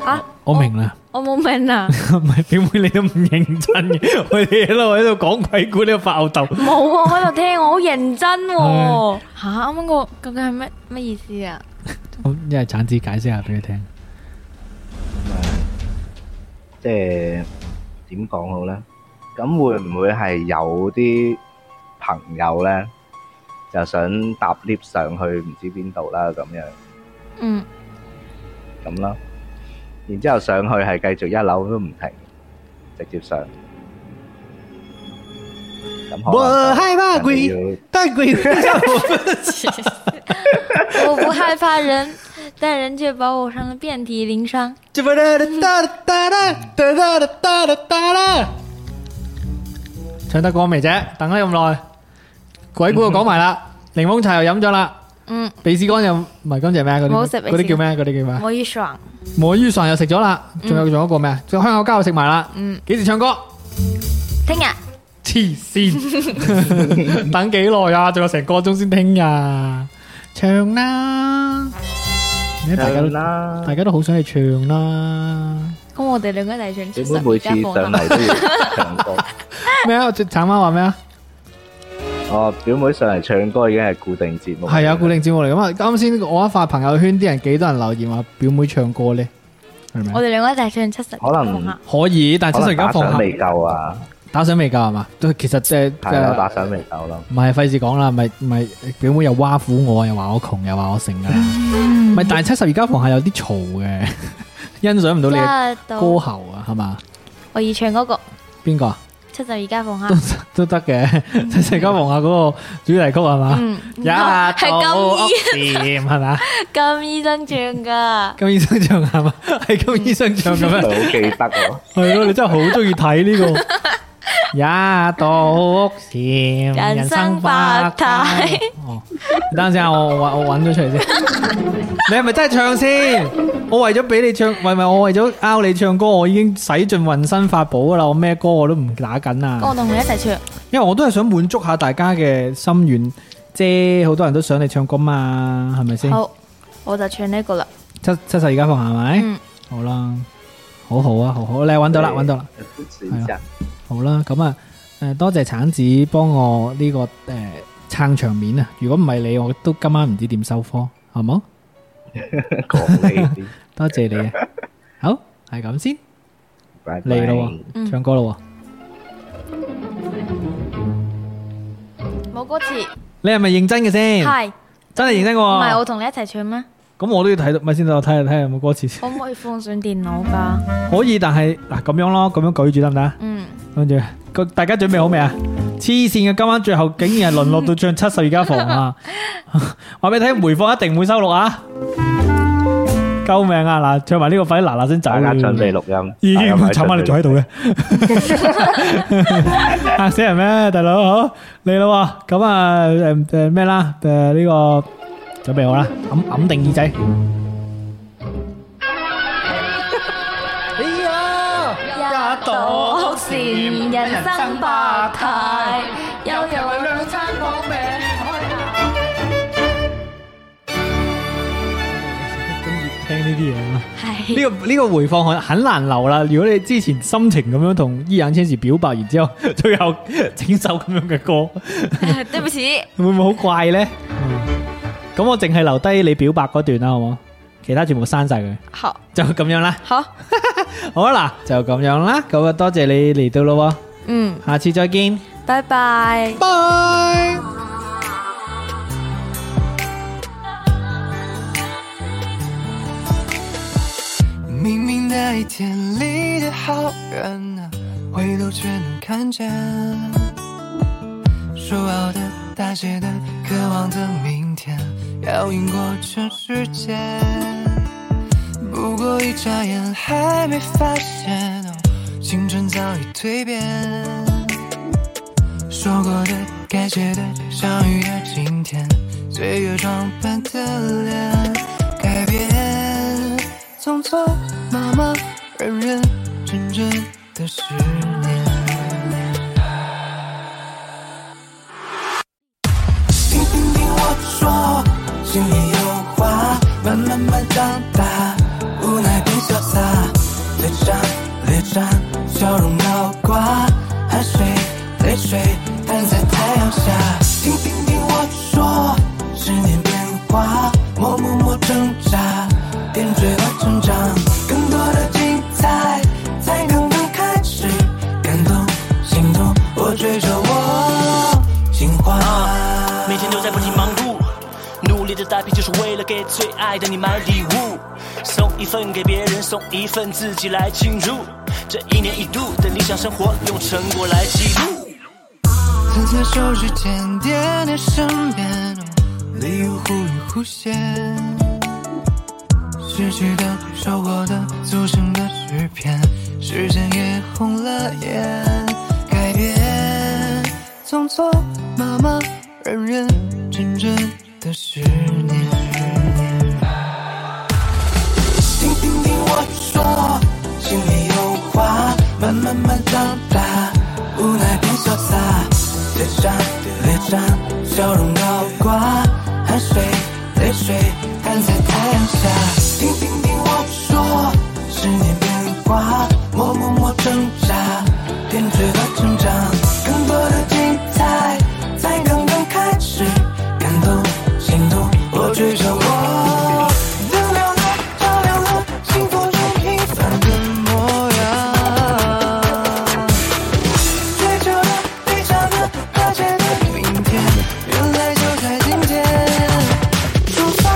[SPEAKER 6] 啊，
[SPEAKER 2] 我明啦。
[SPEAKER 6] 我冇明啊，
[SPEAKER 2] 唔係表妹，你都唔認真嘅， 我哋一路喺度講鬼故，呢度發吽豆。
[SPEAKER 6] 冇啊，我喺度聽，我好認真
[SPEAKER 2] 係
[SPEAKER 6] 喎，吓，啱啱個究竟係乜乜意思啊？
[SPEAKER 2] 咁一係橙子解釋下俾佢聽。
[SPEAKER 7] 即係點講好呢？咁會唔會係有啲朋友呢，就想搭 lift 上去唔知邊度啦咁樣
[SPEAKER 6] 嗯，
[SPEAKER 7] 咁啦，然之後上去係繼續一樓都唔停，直接上。咁可能
[SPEAKER 2] 害怕
[SPEAKER 7] 人哋要
[SPEAKER 2] 但 鬼不吓我。
[SPEAKER 6] 嗯我不害怕人， 但人却把我伤得遍体鳞伤。
[SPEAKER 2] 唱得歌未啫？等咗咁耐，鬼故就講埋啦，檸檬茶又飲咗啦，
[SPEAKER 6] 嗯，
[SPEAKER 2] 鼻屎乾又唔係乾淨咩？嗰
[SPEAKER 6] 冇
[SPEAKER 2] 啲
[SPEAKER 6] 食鼻屎
[SPEAKER 2] 嗰啲叫咩？嗰啲叫咩？
[SPEAKER 6] 我一爽，
[SPEAKER 2] 魔芋爽又食咗啦，仲有仲有一個咩？仲有香口膠又食埋啦。
[SPEAKER 6] 嗯，
[SPEAKER 2] 幾時唱歌？
[SPEAKER 6] 聽日
[SPEAKER 2] 黐線，等幾耐啊？仲有成個鐘先聽呀！唱啦，而家大家都
[SPEAKER 7] 上啦。
[SPEAKER 2] 大家都好想去唱啦。
[SPEAKER 6] 咁我哋兩個一齊唱
[SPEAKER 7] 你
[SPEAKER 6] 出
[SPEAKER 7] 妹每次上嚟都要唱歌，
[SPEAKER 2] 咩啊？橙媽話咩啊？
[SPEAKER 7] 哦，表妹上嚟唱歌已經係固定節目，
[SPEAKER 2] 係啊，固定節目嚟噶嘛。啱先我一發朋友圈，啲人幾多人留言話表妹唱歌咧？係咪啊
[SPEAKER 6] 我？哋兩個一齊唱七十，
[SPEAKER 7] 可能
[SPEAKER 2] 可以，但係
[SPEAKER 7] 可
[SPEAKER 2] 七十而家
[SPEAKER 7] 能打
[SPEAKER 2] 放
[SPEAKER 7] 賞
[SPEAKER 2] 下
[SPEAKER 7] 未夠啊，
[SPEAKER 2] 打賞未夠係嘛？都其實即係
[SPEAKER 7] 係啊，打賞未夠咯。
[SPEAKER 2] 唔係費事講啦，咪咪表妹又挖苦我，又話我窮，又話我剩噶啦。
[SPEAKER 6] 嗯
[SPEAKER 2] 咪但係七十而家房下有啲嘈嘅， 欣賞唔到你嘅
[SPEAKER 6] 到
[SPEAKER 2] 歌喉啊，係嘛？
[SPEAKER 6] 我要唱嗰個
[SPEAKER 2] 邊個啊
[SPEAKER 6] 七十二家放下，
[SPEAKER 2] 都得嘅，七十而家房下嗰個主題曲係嘛？
[SPEAKER 6] 嗯，
[SPEAKER 2] 一到
[SPEAKER 6] 係
[SPEAKER 2] 掂係嘛？
[SPEAKER 6] 金醫生唱噶，
[SPEAKER 2] 金醫生唱係嘛？係金醫生唱咁啊
[SPEAKER 7] 佢
[SPEAKER 2] 樣，
[SPEAKER 7] 好記得喎，
[SPEAKER 2] 係咯？你真係好中意睇呢 個。一到屋檐，人
[SPEAKER 6] 人
[SPEAKER 2] 生
[SPEAKER 6] 生
[SPEAKER 2] 百
[SPEAKER 6] 百
[SPEAKER 2] 態
[SPEAKER 6] 態。
[SPEAKER 2] 哦，你等陣先啊，我我我揾咗出嚟先。你係咪真係唱先？我為咗俾你唱，唔係唔係，我為咗拗你唱歌，我已經使盡渾身法寶噶啦。我咩歌我都唔打緊啊。
[SPEAKER 6] 我同佢一齊唱，
[SPEAKER 2] 因為我都係想滿足下大家嘅心願啫，好多人都想你唱歌嘛，係咪先？
[SPEAKER 6] 好，我就唱呢個啦，
[SPEAKER 2] 七七十而家放下係咪？
[SPEAKER 6] 嗯
[SPEAKER 2] 好啦，好好啊，好好，你揾到啦，揾到啦，
[SPEAKER 7] 選擇
[SPEAKER 2] 好啦，咁啊，誒、多謝橙子幫我呢、個誒撐、場面啊！如果唔係你，我都今晚唔知點收科，好冇？
[SPEAKER 7] 講呢啲，
[SPEAKER 2] 多謝你啊！好，係咁先，
[SPEAKER 7] 拜拜
[SPEAKER 2] 嚟咯
[SPEAKER 6] 嗯
[SPEAKER 2] 喎，唱歌咯喎，
[SPEAKER 6] 冇歌詞，
[SPEAKER 2] 你係咪認真嘅先？
[SPEAKER 6] 係
[SPEAKER 2] 真係認真嘅
[SPEAKER 6] 唔係我
[SPEAKER 2] 喎。
[SPEAKER 6] 同你一齊唱咩？
[SPEAKER 2] 咁我都要睇到，咪先等我睇下睇下有冇歌詞先。
[SPEAKER 6] 可唔可以放上電腦㗎？
[SPEAKER 2] 可以，但係嗱咁樣咯，咁樣舉住得唔得啊？
[SPEAKER 6] 嗯，
[SPEAKER 2] 跟住個大家準備好未啊？黐線嘅，今晚最後竟然係淪落到唱七十二家房啊！話俾你聽，回放一定會收錄啊！救命啊！嗱，唱埋呢個快啲嗱嗱聲走
[SPEAKER 7] 大家準
[SPEAKER 2] 啦！
[SPEAKER 7] 備錄音，
[SPEAKER 2] 已
[SPEAKER 7] 大
[SPEAKER 2] 經
[SPEAKER 7] 家快啲
[SPEAKER 2] 慘啊！你
[SPEAKER 7] 準備
[SPEAKER 2] 仲喺度嘅，嚇死人咩，大佬？好嚟啦喎，咁啊誒誒咩啦？誒呢個準備好啦，揞揞定耳仔。哎呀！
[SPEAKER 6] 一度善人生百態，又有兩餐講命。
[SPEAKER 2] 中意聽呢啲嘢啊！
[SPEAKER 6] 係
[SPEAKER 2] 呢、個呢、個回放很很難留啦。如果你之前心情咁樣同伊眼青時表白，然之後最後 整首咁樣嘅歌，
[SPEAKER 6] 對不起，
[SPEAKER 2] 會唔會好怪呢？嗯咁、我淨係留低你表白嗰段啦，好冇？其他全部刪晒佢，
[SPEAKER 6] 好，
[SPEAKER 2] 就咁樣啦。
[SPEAKER 6] 好，
[SPEAKER 2] 好啦，就咁樣啦。咁啊，多謝你嚟到咯
[SPEAKER 6] 嗯，
[SPEAKER 2] 喎，下次再見，
[SPEAKER 6] 拜拜。
[SPEAKER 2] 拜。
[SPEAKER 5] 明明那一天离得好远啊，回头却能看见。说好的、大写的、渴望的明天，要赢过全世界。不过一眨眼还没发现，哦，青春早已蜕变。说过的、该写的、相遇的今天，岁月装扮的脸，改变匆匆忙忙、认认真真的十年。听听听我说，心里有话，慢慢慢长大，无奈变潇洒，对战略战，笑容脑瓜，汗水泪水摊在太阳下。听听听我说，十年变化，默默默挣扎，点缀和成长，更多的精彩才刚刚开始，感动心动，我追着我心花。
[SPEAKER 8] 每天都在不停忙碌，努力的打拼就是为了给最爱的你买礼物，送一份给别人，送一份自己来庆祝。这一年一度的理想生活，用成果来记录。
[SPEAKER 5] 曾牵手之间，点点身边，礼物忽隐忽现。失去的、收获的、组成的诗篇，时间也红了眼。改变，匆匆忙忙，认认真真的十年。听听听我说，心里有话，慢慢慢长大，无奈变潇洒，对战对战，笑容倒挂，汗水泪水摊在太阳下。听听听我说，十年变化，默默默挣扎，点缀和成长，更多的精彩才刚刚开始，感动心动，我追着我。能量的照亮了幸福最平凡的模样。追求的、悲伤的、和谐的明天，原来就在今天。出发，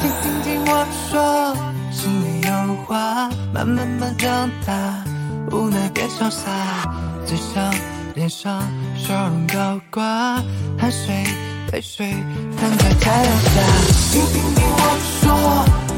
[SPEAKER 5] 听听听我说，心里有话，慢慢慢长大，无奈变潇洒，嘴上、脸上笑容倒挂，汗水、泪水摊在太阳下。听听听我说。